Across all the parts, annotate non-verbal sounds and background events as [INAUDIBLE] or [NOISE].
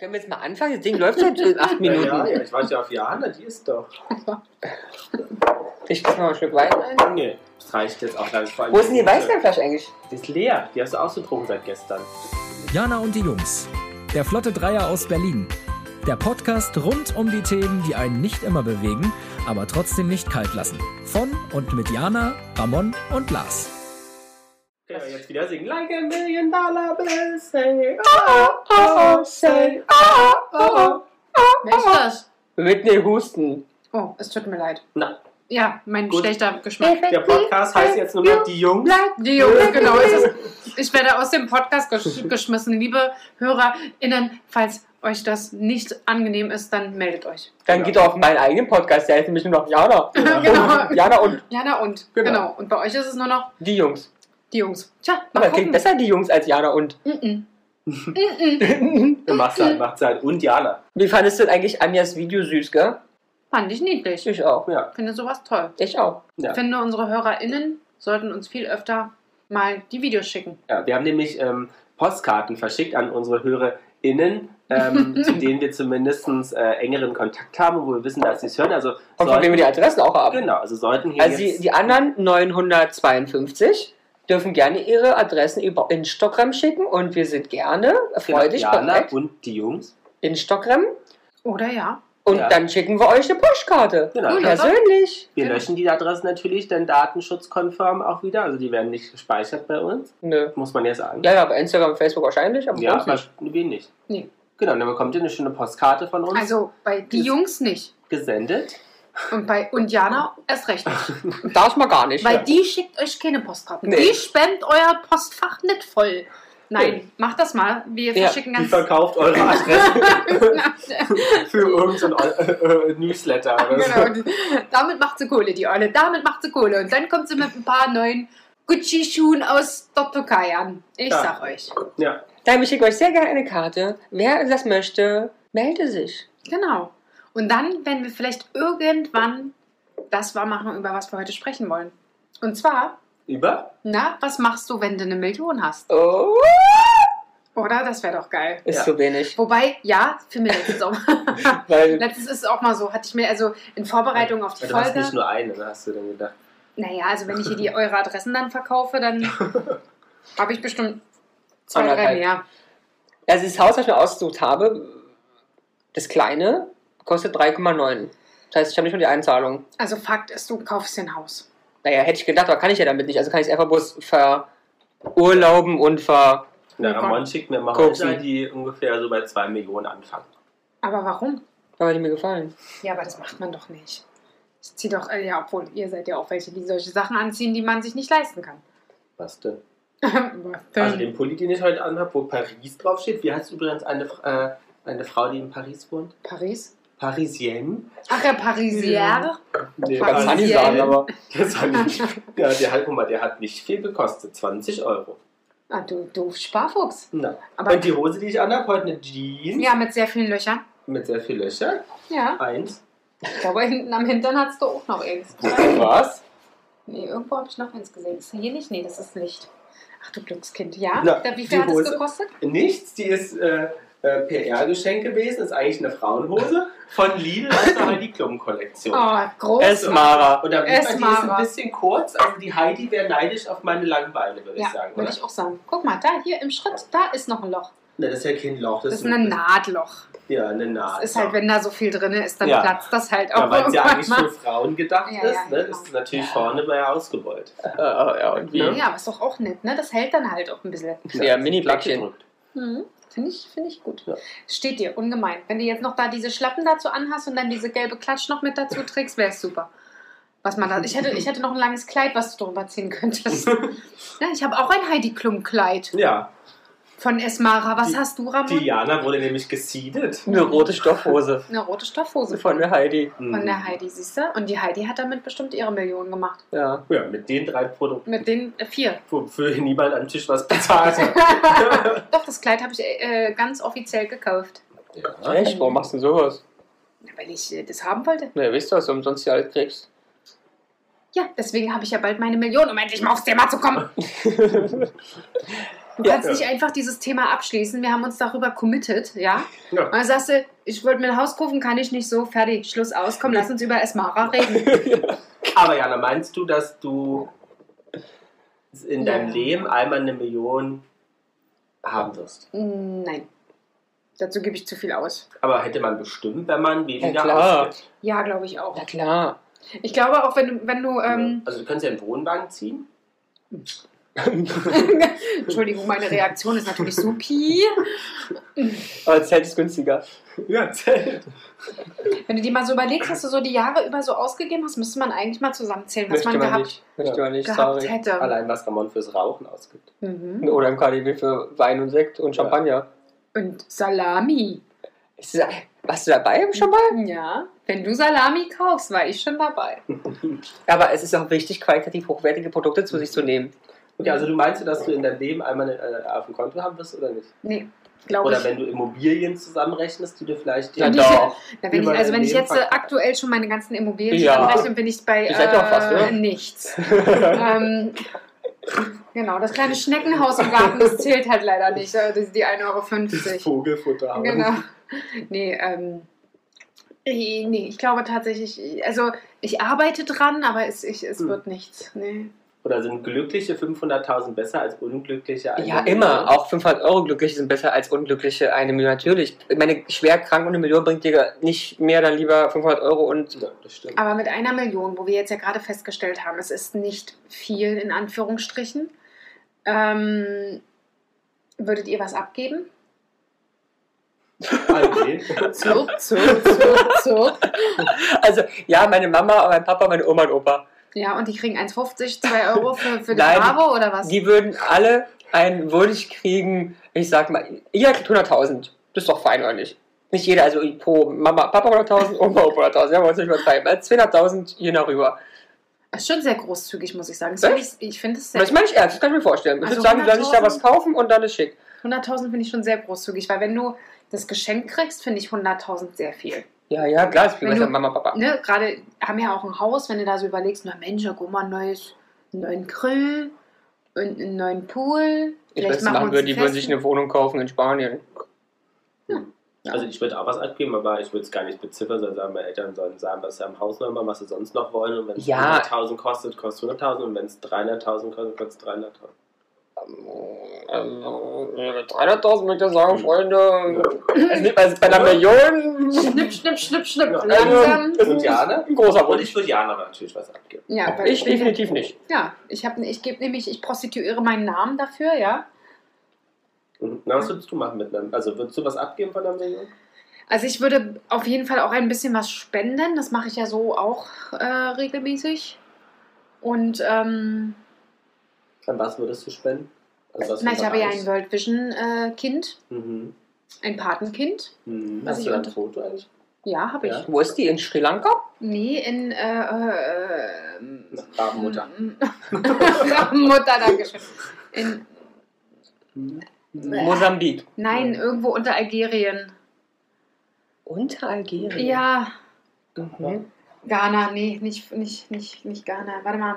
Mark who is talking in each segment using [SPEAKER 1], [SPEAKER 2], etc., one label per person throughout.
[SPEAKER 1] Können wir jetzt mal anfangen? Das Ding läuft seit äh, acht Minuten.
[SPEAKER 2] [LAUGHS] Ja, ja, ich warte ja auf Johanna, die ist doch.
[SPEAKER 1] Ich gieße mal ein Stück Wein ein.
[SPEAKER 2] Junge, das reicht jetzt auch. Das
[SPEAKER 1] Wo ist denn die Weißweinflasche eigentlich?
[SPEAKER 2] Die ist leer. Die hast du ausgetrunken seit gestern.
[SPEAKER 3] Jana und die Jungs. Der Flotte Dreier aus Berlin. Der Podcast rund um die Themen, die einen nicht immer bewegen, aber trotzdem nicht kalt lassen. Von und mit Jana, Ramon und Lars.
[SPEAKER 2] Ja, jetzt wieder singen. Like a million dollar bill, say oh, oh, oh, say oh, oh.
[SPEAKER 4] Wer ist das?
[SPEAKER 1] Whitney Houston.
[SPEAKER 4] Oh, es tut mir leid.
[SPEAKER 2] Na,
[SPEAKER 4] Ja, mein
[SPEAKER 2] Gut.
[SPEAKER 4] schlechter Geschmack.
[SPEAKER 2] der Podcast heißt jetzt nur noch Die Jungs.
[SPEAKER 4] Die Jungs, genau. Es ist, ich werde aus dem Podcast gesch geschmissen. Liebe HörerInnen, falls euch das nicht angenehm ist, dann meldet euch.
[SPEAKER 1] Dann
[SPEAKER 2] Ja.
[SPEAKER 1] geht er auf meinen eigenen Podcast, der heißt nämlich nur noch
[SPEAKER 2] [LAUGHS]
[SPEAKER 1] Jana.
[SPEAKER 4] Genau.
[SPEAKER 1] Jana und
[SPEAKER 4] Jana und.
[SPEAKER 1] Genau.
[SPEAKER 4] Genau. Und bei euch ist es nur noch
[SPEAKER 1] die Jungs.
[SPEAKER 4] die Jungs. Tja, mal
[SPEAKER 1] Aber klingt
[SPEAKER 4] gucken.
[SPEAKER 1] besser die Jungs als Jana und.
[SPEAKER 4] Mm
[SPEAKER 1] Wie
[SPEAKER 2] Dann macht's halt, macht's halt. Und Jana.
[SPEAKER 1] fandest du denn eigentlich Anjas Video süß, gell?
[SPEAKER 4] Fand ich niedlich.
[SPEAKER 1] Ich auch.
[SPEAKER 2] Ja.
[SPEAKER 4] Finde sowas toll.
[SPEAKER 1] Ich auch.
[SPEAKER 2] Ja.
[SPEAKER 4] Finde, unsere HörerInnen sollten uns viel öfter mal die Videos schicken.
[SPEAKER 2] Ja, wir haben nämlich ähm, Postkarten verschickt an unsere HörerInnen,
[SPEAKER 1] [LAUGHS]
[SPEAKER 2] ähm, zu denen wir zumindest äh, engeren Kontakt haben, wo wir wissen, dass sie es hören. Also,
[SPEAKER 1] Und von wem wir die Adressen auch haben.
[SPEAKER 2] genau, also sollten hier
[SPEAKER 1] Also die,
[SPEAKER 2] jetzt,
[SPEAKER 1] die anderen 952 dürfen gerne ihre Adressen über Instagram schicken und wir sind gerne freudig
[SPEAKER 2] Genau. Jana
[SPEAKER 1] bereit.
[SPEAKER 2] und die Jungs.
[SPEAKER 1] Instagram
[SPEAKER 4] Oder ja.
[SPEAKER 1] und
[SPEAKER 2] Ja.
[SPEAKER 1] dann schicken wir euch eine Postkarte.
[SPEAKER 2] Genau.
[SPEAKER 4] Cool.
[SPEAKER 1] Persönlich.
[SPEAKER 2] Wir
[SPEAKER 4] Genau.
[SPEAKER 2] löschen die Adressen natürlich dann datenschutzkonform auch wieder. Also die werden nicht gespeichert bei uns,
[SPEAKER 1] Nö.
[SPEAKER 2] muss man ja sagen.
[SPEAKER 1] Ja, ja, bei Instagram und Facebook wahrscheinlich, aber
[SPEAKER 2] Ja,
[SPEAKER 1] sonst
[SPEAKER 2] aber
[SPEAKER 1] nicht.
[SPEAKER 2] wir nicht.
[SPEAKER 4] Nee.
[SPEAKER 2] Genau, dann bekommt ihr eine schöne Postkarte von uns
[SPEAKER 4] Also bei die
[SPEAKER 2] Das-
[SPEAKER 4] Jungs nicht.
[SPEAKER 2] gesendet.
[SPEAKER 4] Und bei und Jana erst recht nicht.
[SPEAKER 1] Das mal gar nicht.
[SPEAKER 4] Weil die schickt euch keine Postkarten.
[SPEAKER 1] Nee.
[SPEAKER 4] Die spammt euer Postfach nicht voll. Nein,
[SPEAKER 2] Nee.
[SPEAKER 4] macht das mal. Wir
[SPEAKER 1] Ja,
[SPEAKER 4] verschicken
[SPEAKER 2] Die
[SPEAKER 4] ganz.
[SPEAKER 2] verkauft
[SPEAKER 4] [LAUGHS]
[SPEAKER 2] eure Adresse für irgendein äh, äh, Newsletter oder so.
[SPEAKER 4] genau. Damit macht sie Kohle, die Olle. Damit macht sie Kohle. Und dann kommt sie mit ein paar neuen Gucci-Schuhen aus der Türkei an. Ich
[SPEAKER 2] Ja.
[SPEAKER 4] sag euch.
[SPEAKER 2] Ja,
[SPEAKER 1] Nein, wir schicken euch sehr gerne eine Karte. Wer das möchte, melde sich.
[SPEAKER 4] Genau. Und dann werden wir vielleicht irgendwann das wahr machen, über was wir heute sprechen wollen. Und zwar,
[SPEAKER 2] über?
[SPEAKER 4] na, was machst du, wenn du eine Million hast?
[SPEAKER 1] Oh,
[SPEAKER 4] Oder? Das wäre doch geil.
[SPEAKER 1] ist
[SPEAKER 2] Ja.
[SPEAKER 1] zu wenig.
[SPEAKER 4] Wobei, ja, für mich letztens auch. [LAUGHS]
[SPEAKER 1] Weil
[SPEAKER 4] Letztes ist auch mal so, hatte ich mir also in Vorbereitung auf die
[SPEAKER 2] Du hast nicht
[SPEAKER 4] Folge.
[SPEAKER 2] nur eine, ne, hast du dann gedacht.
[SPEAKER 4] Naja, also wenn ich
[SPEAKER 2] [LAUGHS]
[SPEAKER 4] hier die eure Adressen dann verkaufe, dann habe ich bestimmt zwei, drei
[SPEAKER 1] Anderthalb.
[SPEAKER 4] mehr.
[SPEAKER 1] also das Haus, was ich mir ausgesucht habe, das kleine, kostet 3,9. Das heißt, ich habe nicht nur die Einzahlung.
[SPEAKER 4] Also Fakt ist, du kaufst dir ein Haus.
[SPEAKER 1] Naja, hätte ich gedacht, aber kann ich ja damit nicht. Also kann ich es einfach bloß verurlauben und ver.
[SPEAKER 2] Na,
[SPEAKER 4] Ja,
[SPEAKER 2] Ramon
[SPEAKER 4] komm.
[SPEAKER 2] schickt mir mal
[SPEAKER 1] Koksen.
[SPEAKER 2] Häuser, die ungefähr so bei 2 Millionen anfangen.
[SPEAKER 4] Aber warum?
[SPEAKER 1] Aber die mir gefallen.
[SPEAKER 4] Ja, aber das macht man doch nicht. Ich ziehe doch, äh, ja, obwohl ihr seid ja auch welche, die solche Sachen anziehen, die man sich nicht leisten kann. [LAUGHS]
[SPEAKER 2] Was denn? Also
[SPEAKER 4] Dann-
[SPEAKER 2] den Pulli, den ich heute anhabe, wo Paris draufsteht. Wie heißt übrigens eine, Fra- äh, eine Frau, die in Paris wohnt?
[SPEAKER 4] Paris?
[SPEAKER 2] Parisienne?
[SPEAKER 4] Ach ja, Parisier.
[SPEAKER 2] Nee,
[SPEAKER 1] Ich kann
[SPEAKER 4] Parisienne.
[SPEAKER 1] nicht sagen,
[SPEAKER 4] [LAUGHS]
[SPEAKER 1] aber.
[SPEAKER 2] Der Sunny. ja, der hat, guck mal, der hat nicht viel gekostet. 20 Euro.
[SPEAKER 4] Ah, du, du Sparfuchs.
[SPEAKER 2] Na.
[SPEAKER 4] Aber
[SPEAKER 2] Und die Hose, die ich anhabe, heute eine Jeans
[SPEAKER 4] ja, mit sehr vielen Löchern.
[SPEAKER 2] mit sehr viel Löcher.
[SPEAKER 4] Ja.
[SPEAKER 2] Eins.
[SPEAKER 4] Ich glaube, hinten am Hintern hast du auch noch eins.
[SPEAKER 2] [LAUGHS] Was?
[SPEAKER 4] Nee, irgendwo habe ich noch eins gesehen. Ist das hier nicht? Nee, das ist nicht. Ach du Glückskind, ja?
[SPEAKER 2] Na,
[SPEAKER 4] da, wie
[SPEAKER 2] die
[SPEAKER 4] viel hat
[SPEAKER 2] Hose.
[SPEAKER 4] es gekostet?
[SPEAKER 2] Nichts. Die ist äh, äh, PR-Geschenk gewesen. Ist eigentlich eine Frauenhose von Lidl also halt aus
[SPEAKER 4] [LAUGHS]
[SPEAKER 2] der Heidi Klum-Kollektion.
[SPEAKER 4] Oh, groß.
[SPEAKER 2] Also,
[SPEAKER 1] Es Mara.
[SPEAKER 2] Und da sieht man, die ist ein
[SPEAKER 4] Esmara.
[SPEAKER 2] bisschen kurz. Also die Heidi wäre neidisch auf meine langen Beine, würde
[SPEAKER 4] ja,
[SPEAKER 2] ich sagen.
[SPEAKER 4] würde
[SPEAKER 2] Oder?
[SPEAKER 4] ich auch sagen. Guck mal, da hier im Schritt, da ist noch ein Loch.
[SPEAKER 2] Na, das ist ja kein Loch. Das,
[SPEAKER 4] Das ist ein Nahtloch.
[SPEAKER 2] Ja, eine
[SPEAKER 4] Das
[SPEAKER 2] Naht.
[SPEAKER 4] ist halt, wenn da so viel drin ist, dann
[SPEAKER 2] Ja.
[SPEAKER 4] platzt das halt auch
[SPEAKER 2] ja, weil es ja eigentlich
[SPEAKER 4] mal.
[SPEAKER 2] für Frauen gedacht
[SPEAKER 4] Ja, ja,
[SPEAKER 2] ist, ne?
[SPEAKER 4] genau.
[SPEAKER 2] ist es natürlich vorne bei ausgebeult.
[SPEAKER 1] Äh, ja, und wie?
[SPEAKER 4] Ja, aber ist doch auch nett, ne? Das hält dann halt auch ein bisschen.
[SPEAKER 1] Ja, Mini-Blöckchen.
[SPEAKER 2] platt gedrückt.
[SPEAKER 4] Mhm. Finde ich, finde ich gut.
[SPEAKER 2] Ja.
[SPEAKER 4] Steht dir ungemein. Wenn du jetzt noch da diese Schlappen dazu anhast und dann diese gelbe Klatsch noch mit dazu trägst, wäre es super. Was man da, ich, hätte, ich hätte noch ein langes Kleid, was du drüber
[SPEAKER 2] [LAUGHS]
[SPEAKER 4] ziehen könntest. ja, ich habe auch ein Heidi Klum-Kleid
[SPEAKER 2] Ja,
[SPEAKER 4] von Esmara. Was
[SPEAKER 2] Die-
[SPEAKER 4] hast du, Ramon?
[SPEAKER 2] Diana wurde nämlich gesiedet.
[SPEAKER 1] Eine rote Stoffhose
[SPEAKER 4] Eine rote Stoffhose
[SPEAKER 1] von der Heidi.
[SPEAKER 2] Hm.
[SPEAKER 4] von der Heidi, siehst du? Und die Heidi hat damit bestimmt ihre Millionen gemacht.
[SPEAKER 1] Ja.
[SPEAKER 2] Ja, mit den drei Produkten,
[SPEAKER 4] Mit den äh, vier.
[SPEAKER 2] wofür niemand am Tisch was bezahlt hat.
[SPEAKER 4] [LAUGHS] Doch, das Kleid habe ich äh, ganz offiziell gekauft.
[SPEAKER 2] ja.
[SPEAKER 1] Echt? Warum machst du sowas?
[SPEAKER 4] Weil ich äh, das haben wollte.
[SPEAKER 1] Na, ihr wisst du, was du umsonst hier alles kriegst. [LAUGHS]
[SPEAKER 4] Ja, deswegen habe ich ja bald meine Million, um endlich mal aufs Thema zu kommen. Du
[SPEAKER 1] Ja.
[SPEAKER 4] kannst nicht einfach dieses Thema abschließen. Wir haben uns darüber committed, ja?
[SPEAKER 2] Ja.
[SPEAKER 4] Und dann sagst du, ich wollte mir ein Haus kaufen, kann ich nicht so, fertig, Schluss aus. Komm, lass uns über Esmara reden.
[SPEAKER 1] [LAUGHS]
[SPEAKER 2] Aber Jana, meinst du, dass du in
[SPEAKER 4] Ja.
[SPEAKER 2] deinem Leben einmal eine Million haben wirst?
[SPEAKER 4] Mm, Nein. Dazu gebe ich zu viel aus.
[SPEAKER 2] Aber hätte man bestimmt, wenn man weniger
[SPEAKER 1] Ja, klar.
[SPEAKER 2] ausgibt.
[SPEAKER 4] Ja, glaube ich auch.
[SPEAKER 1] Na klar.
[SPEAKER 4] Ich glaube auch, wenn du, wenn du ähm,
[SPEAKER 2] Also du könntest ja einen Wohnwagen ziehen.
[SPEAKER 4] Entschuldigung, meine Reaktion ist natürlich supi.
[SPEAKER 1] Aber Zelt ist günstiger.
[SPEAKER 4] [LAUGHS]
[SPEAKER 2] Ja, Zelt.
[SPEAKER 4] Wenn du dir mal so überlegst, was du so die Jahre über so ausgegeben hast, müsste man eigentlich mal zusammenzählen, was
[SPEAKER 1] Möchte man,
[SPEAKER 4] man gehabt,
[SPEAKER 1] nicht. Möchte man nicht,
[SPEAKER 4] gehabt
[SPEAKER 1] sorry.
[SPEAKER 4] hätte.
[SPEAKER 2] Allein was Ramon fürs Rauchen ausgibt.
[SPEAKER 4] Mhm.
[SPEAKER 1] Oder im KDW für Wein und Sekt und
[SPEAKER 2] Ja.
[SPEAKER 1] Champagner.
[SPEAKER 4] Und Salami.
[SPEAKER 1] Ist das, warst du dabei schon mal?
[SPEAKER 4] Ja, wenn du Salami kaufst, war ich schon dabei.
[SPEAKER 1] Aber es ist auch wichtig, qualitativ hochwertige Produkte zu sich zu nehmen.
[SPEAKER 2] Okay, also du meinst, dass du in deinem Leben einmal eine, äh, auf dem Konto haben wirst oder nicht?
[SPEAKER 4] Nee, glaube
[SPEAKER 2] Oder
[SPEAKER 4] ich.
[SPEAKER 2] wenn du Immobilien zusammenrechnest, die du vielleicht...
[SPEAKER 1] Ja,
[SPEAKER 4] Wenn ich-
[SPEAKER 1] doch.
[SPEAKER 4] Na, wenn ich,
[SPEAKER 2] über
[SPEAKER 4] also wenn
[SPEAKER 2] dein
[SPEAKER 4] ich
[SPEAKER 2] Leben
[SPEAKER 4] jetzt äh,
[SPEAKER 2] verkauft.
[SPEAKER 4] aktuell schon meine ganzen Immobilien
[SPEAKER 1] Ja.
[SPEAKER 4] anrechne, bin ich bei
[SPEAKER 1] Ihr seid doch fast,
[SPEAKER 4] äh,
[SPEAKER 1] oder? [LAUGHS]
[SPEAKER 4] nichts. ähm, genau, das kleine Schneckenhaus im Garten, das zählt halt leider nicht. äh, Das ist die 1,50
[SPEAKER 2] [LAUGHS]
[SPEAKER 4] Euro.
[SPEAKER 2] Vogelfutter haben.
[SPEAKER 4] Genau. Nee, ähm, eh, nee, ich glaube tatsächlich, also ich arbeite dran, aber es, ich, es
[SPEAKER 2] Hm.
[SPEAKER 4] wird nichts. Nee.
[SPEAKER 2] Oder sind glückliche 500.000 besser als unglückliche? eine
[SPEAKER 1] Ja, genau.
[SPEAKER 2] Million?
[SPEAKER 1] Also immer. Auch 500 Euro Glückliche sind besser als unglückliche eine Million. Natürlich. Ich meine, schwer krank und eine Million bringt dir nicht mehr, dann lieber 500 Euro und
[SPEAKER 2] Ja, das stimmt.
[SPEAKER 4] Aber mit einer Million, wo wir jetzt ja gerade festgestellt haben, es ist nicht viel in Anführungsstrichen. Ähm, würdet ihr was abgeben?
[SPEAKER 2] Okay.
[SPEAKER 4] Zirp, zirp, zirp, zirp.
[SPEAKER 1] Also, ja, meine Mama, mein Papa, meine Oma und Opa,
[SPEAKER 4] Ja, und die kriegen 1,50, 2 Euro für, für die
[SPEAKER 1] Nein,
[SPEAKER 4] Bravo oder was?
[SPEAKER 1] die würden alle einen Wunsch kriegen, ich sag mal, ihr kriegt 100.000. Das ist doch fein, oder nicht? Nicht jeder, also pro Mama, Papa 100.000, Oma, Opa 100.000. Ja, wollen wir uns nicht übertreiben. Also 200.000 je nach rüber.
[SPEAKER 4] Das ist schon sehr großzügig, muss ich sagen. Das finde ich ich finde es sehr
[SPEAKER 1] Das meine ich ernst, das kann ich mir vorstellen. Ich
[SPEAKER 4] Also
[SPEAKER 1] würde sagen, du sollst dich da
[SPEAKER 4] 100.000?
[SPEAKER 1] was kaufen und dann ist schick.
[SPEAKER 4] 100.000 finde ich schon sehr großzügig, weil wenn du das Geschenk kriegst, finde ich 100.000 sehr viel.
[SPEAKER 1] Ja, ja, klar, das ist viel
[SPEAKER 4] Wenn
[SPEAKER 1] besser,
[SPEAKER 4] du-
[SPEAKER 1] Mama, Papa.
[SPEAKER 4] Ne? Gerade haben ja auch ein Haus, wenn du da so überlegst, na Mensch, ja, guck mal, ein neues, einen neuen Grill und einen neuen Pool.
[SPEAKER 1] Ich
[SPEAKER 4] Vielleicht
[SPEAKER 1] würde es machen
[SPEAKER 4] wir
[SPEAKER 1] würden,
[SPEAKER 4] uns
[SPEAKER 1] die
[SPEAKER 4] ein
[SPEAKER 1] würden sich
[SPEAKER 4] Fest.
[SPEAKER 1] eine Wohnung kaufen in Spanien.
[SPEAKER 2] Also ich würde auch was abgeben, aber ich würde es gar nicht beziffern, sondern sagen, meine Eltern sollen sagen, was sie am Haus noch haben, was sie sonst noch wollen. Und wenn es
[SPEAKER 1] Ja.
[SPEAKER 2] 100.000 kostet, kostet 100.000 und wenn es 300.000 kostet, kostet 300.000.
[SPEAKER 1] Also, 300.000 möchte ich sagen, Freunde. Es liegt bei bei einer Million.
[SPEAKER 4] Schnipp, schnipp, schnipp, schnipp.
[SPEAKER 2] Ja.
[SPEAKER 4] Langsam.
[SPEAKER 1] Also,
[SPEAKER 2] Und Jana?
[SPEAKER 1] Ein großer
[SPEAKER 2] Und
[SPEAKER 1] Wunsch.
[SPEAKER 2] ich würde Jana natürlich was abgeben.
[SPEAKER 4] Ja, weil
[SPEAKER 1] Ich definitiv nicht.
[SPEAKER 4] Ja, ich, hab- ich gebe nämlich, ich prostituiere meinen Namen dafür, ja.
[SPEAKER 2] Und, Mhm. na, was würdest du machen mit einem? Also würdest du was abgeben von einer Million?
[SPEAKER 4] Also ich würde auf jeden Fall auch ein bisschen was spenden. Das mache ich ja so auch äh, regelmäßig. Und ähm,
[SPEAKER 2] An was würdest du spenden? Also was für
[SPEAKER 4] na, ich habe ja
[SPEAKER 2] Bereich?
[SPEAKER 4] ein World Vision äh, Kind,
[SPEAKER 2] Mhm.
[SPEAKER 4] ein Patenkind.
[SPEAKER 2] Mhm.
[SPEAKER 4] Was
[SPEAKER 2] Hast
[SPEAKER 4] ich
[SPEAKER 2] du da ein
[SPEAKER 4] unter-
[SPEAKER 2] Foto eigentlich?
[SPEAKER 4] Ja, habe ich.
[SPEAKER 2] Ja.
[SPEAKER 1] Wo ist die? In Sri Lanka?
[SPEAKER 4] Nee, in äh, äh, ähm,
[SPEAKER 2] Rabenmutter.
[SPEAKER 4] [LAUGHS] Rabenmutter, danke schön. In,
[SPEAKER 1] Mosambik.
[SPEAKER 4] nein, irgendwo unter Algerien.
[SPEAKER 1] Unter Algerien?
[SPEAKER 4] Ja,
[SPEAKER 1] Mhm.
[SPEAKER 4] Ghana, nee, nicht, nicht, nicht, nicht Ghana. Warte mal.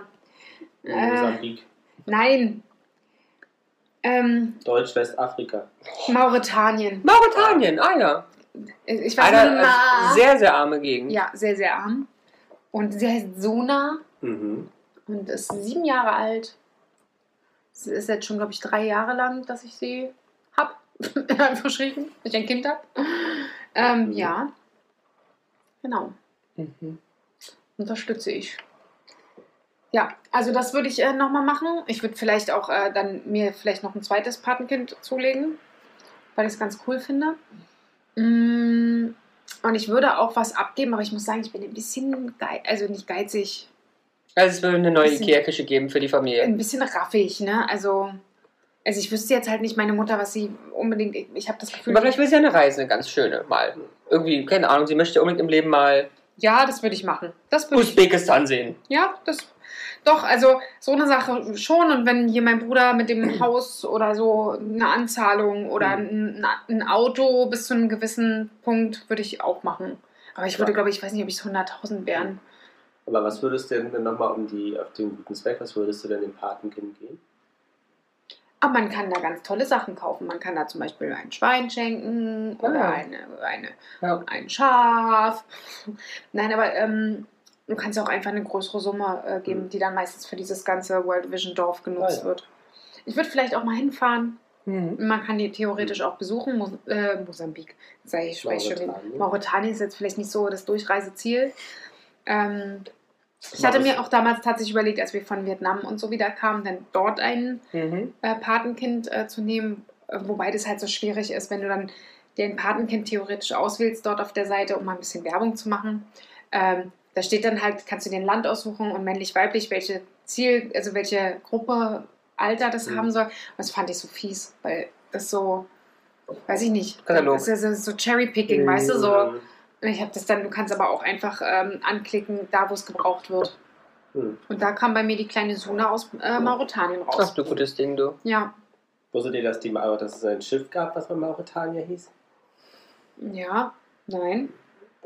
[SPEAKER 2] In
[SPEAKER 4] Äh.
[SPEAKER 2] Mosambik.
[SPEAKER 4] Nein. Ähm,
[SPEAKER 2] Deutsch-Westafrika.
[SPEAKER 4] Mauretanien.
[SPEAKER 1] Mauretanien, ah ja.
[SPEAKER 4] Ich weiß
[SPEAKER 1] Eine
[SPEAKER 4] nicht
[SPEAKER 1] äh,
[SPEAKER 4] mal.
[SPEAKER 1] sehr, sehr arme Gegend.
[SPEAKER 4] ja, sehr, sehr arm. Und sie heißt Sona
[SPEAKER 2] Mhm.
[SPEAKER 4] und ist sieben Jahre alt. Sie ist jetzt schon, glaube ich, drei Jahre lang, dass ich sie hab. [LAUGHS] In Anführungsstrichen, dass ich ein Kind hab. Ähm,
[SPEAKER 2] Mhm.
[SPEAKER 4] Ja. Genau.
[SPEAKER 1] Mhm.
[SPEAKER 4] Unterstütze ich. Ja, also das würde ich äh, nochmal machen. Ich würde vielleicht auch äh, dann mir vielleicht noch ein zweites Patenkind zulegen, weil ich es ganz cool finde. Mm, und ich würde auch was abgeben, aber ich muss sagen, ich bin ein bisschen geizig, also nicht geizig,
[SPEAKER 1] Also es würde eine neue
[SPEAKER 4] Bisschen-
[SPEAKER 1] Ikea-Küche geben für die Familie.
[SPEAKER 4] ein bisschen raffig, ne? Also, also ich wüsste jetzt halt nicht meine Mutter, was sie unbedingt. Ich, ich habe das Gefühl.
[SPEAKER 1] Aber vielleicht will sie ja eine Reise, eine ganz schöne mal. Irgendwie, keine Ahnung, sie möchte unbedingt im Leben mal
[SPEAKER 4] ja, das würde ich machen. Das würde ich
[SPEAKER 1] Usbekistan sehen.
[SPEAKER 4] Ja, das. Doch, also so eine Sache schon. Und wenn hier mein Bruder
[SPEAKER 1] [CLEARS THROAT]
[SPEAKER 4] mit dem Haus oder so eine Anzahlung oder
[SPEAKER 1] Mhm.
[SPEAKER 4] ein, ein Auto bis zu einem gewissen Punkt würde ich auch machen. Aber ich würde,
[SPEAKER 2] Ja.
[SPEAKER 4] glaube ich, ich weiß nicht, ob ich so 100.000 wären.
[SPEAKER 2] Aber was würdest du denn nochmal um die, auf den guten Zweck, was würdest du denn dem Patenkind geben?
[SPEAKER 4] Aber man kann da ganz tolle Sachen kaufen. Man kann da zum Beispiel ein Schwein schenken
[SPEAKER 1] Ja.
[SPEAKER 4] oder eine, eine,
[SPEAKER 1] Ja.
[SPEAKER 4] ein Schaf. Nein, aber ähm, du kannst auch einfach eine größere Summe äh, geben,
[SPEAKER 2] Mhm.
[SPEAKER 4] die dann meistens für dieses ganze World Vision Dorf genutzt
[SPEAKER 2] Ah, ja.
[SPEAKER 4] wird. Ich würde vielleicht auch mal hinfahren.
[SPEAKER 1] Mhm.
[SPEAKER 4] Man kann die theoretisch auch besuchen. Mos äh, Mosambik, sage ich, spreche ich schon. wieder.
[SPEAKER 2] Mauretanien.
[SPEAKER 4] Mauretanien ist jetzt vielleicht nicht so das Durchreiseziel. Ähm, ich hatte mir auch damals tatsächlich überlegt, als wir von Vietnam und so wieder kamen, dann dort einen
[SPEAKER 1] Mhm.
[SPEAKER 4] äh, Patenkind äh, zu nehmen, äh, wobei das halt so schwierig ist, wenn du dann den Patenkind theoretisch auswählst dort auf der Seite, um mal ein bisschen Werbung zu machen. Ähm, da steht dann halt, kannst du dir ein Land aussuchen und männlich-weiblich, welche Ziel, also welche Gruppe, Alter das
[SPEAKER 2] Mhm.
[SPEAKER 4] haben soll. Und das fand ich so fies, weil das so, weiß ich nicht,
[SPEAKER 1] Katalog.
[SPEAKER 4] das ist ja so, so Cherry-Picking,
[SPEAKER 1] Mhm.
[SPEAKER 4] weißt du, so. Ich habe das dann, du kannst aber auch einfach ähm, anklicken, da wo es gebraucht wird.
[SPEAKER 2] Hm.
[SPEAKER 4] Und da kam bei mir die kleine Suna aus äh, Mauretanien
[SPEAKER 1] Ach
[SPEAKER 4] raus.
[SPEAKER 1] du gutes Ding, du.
[SPEAKER 4] Ja,
[SPEAKER 2] Wusstet ihr, dass, die, Mau- dass es ein Schiff gab, was man Mauretania hieß?
[SPEAKER 4] ja, nein.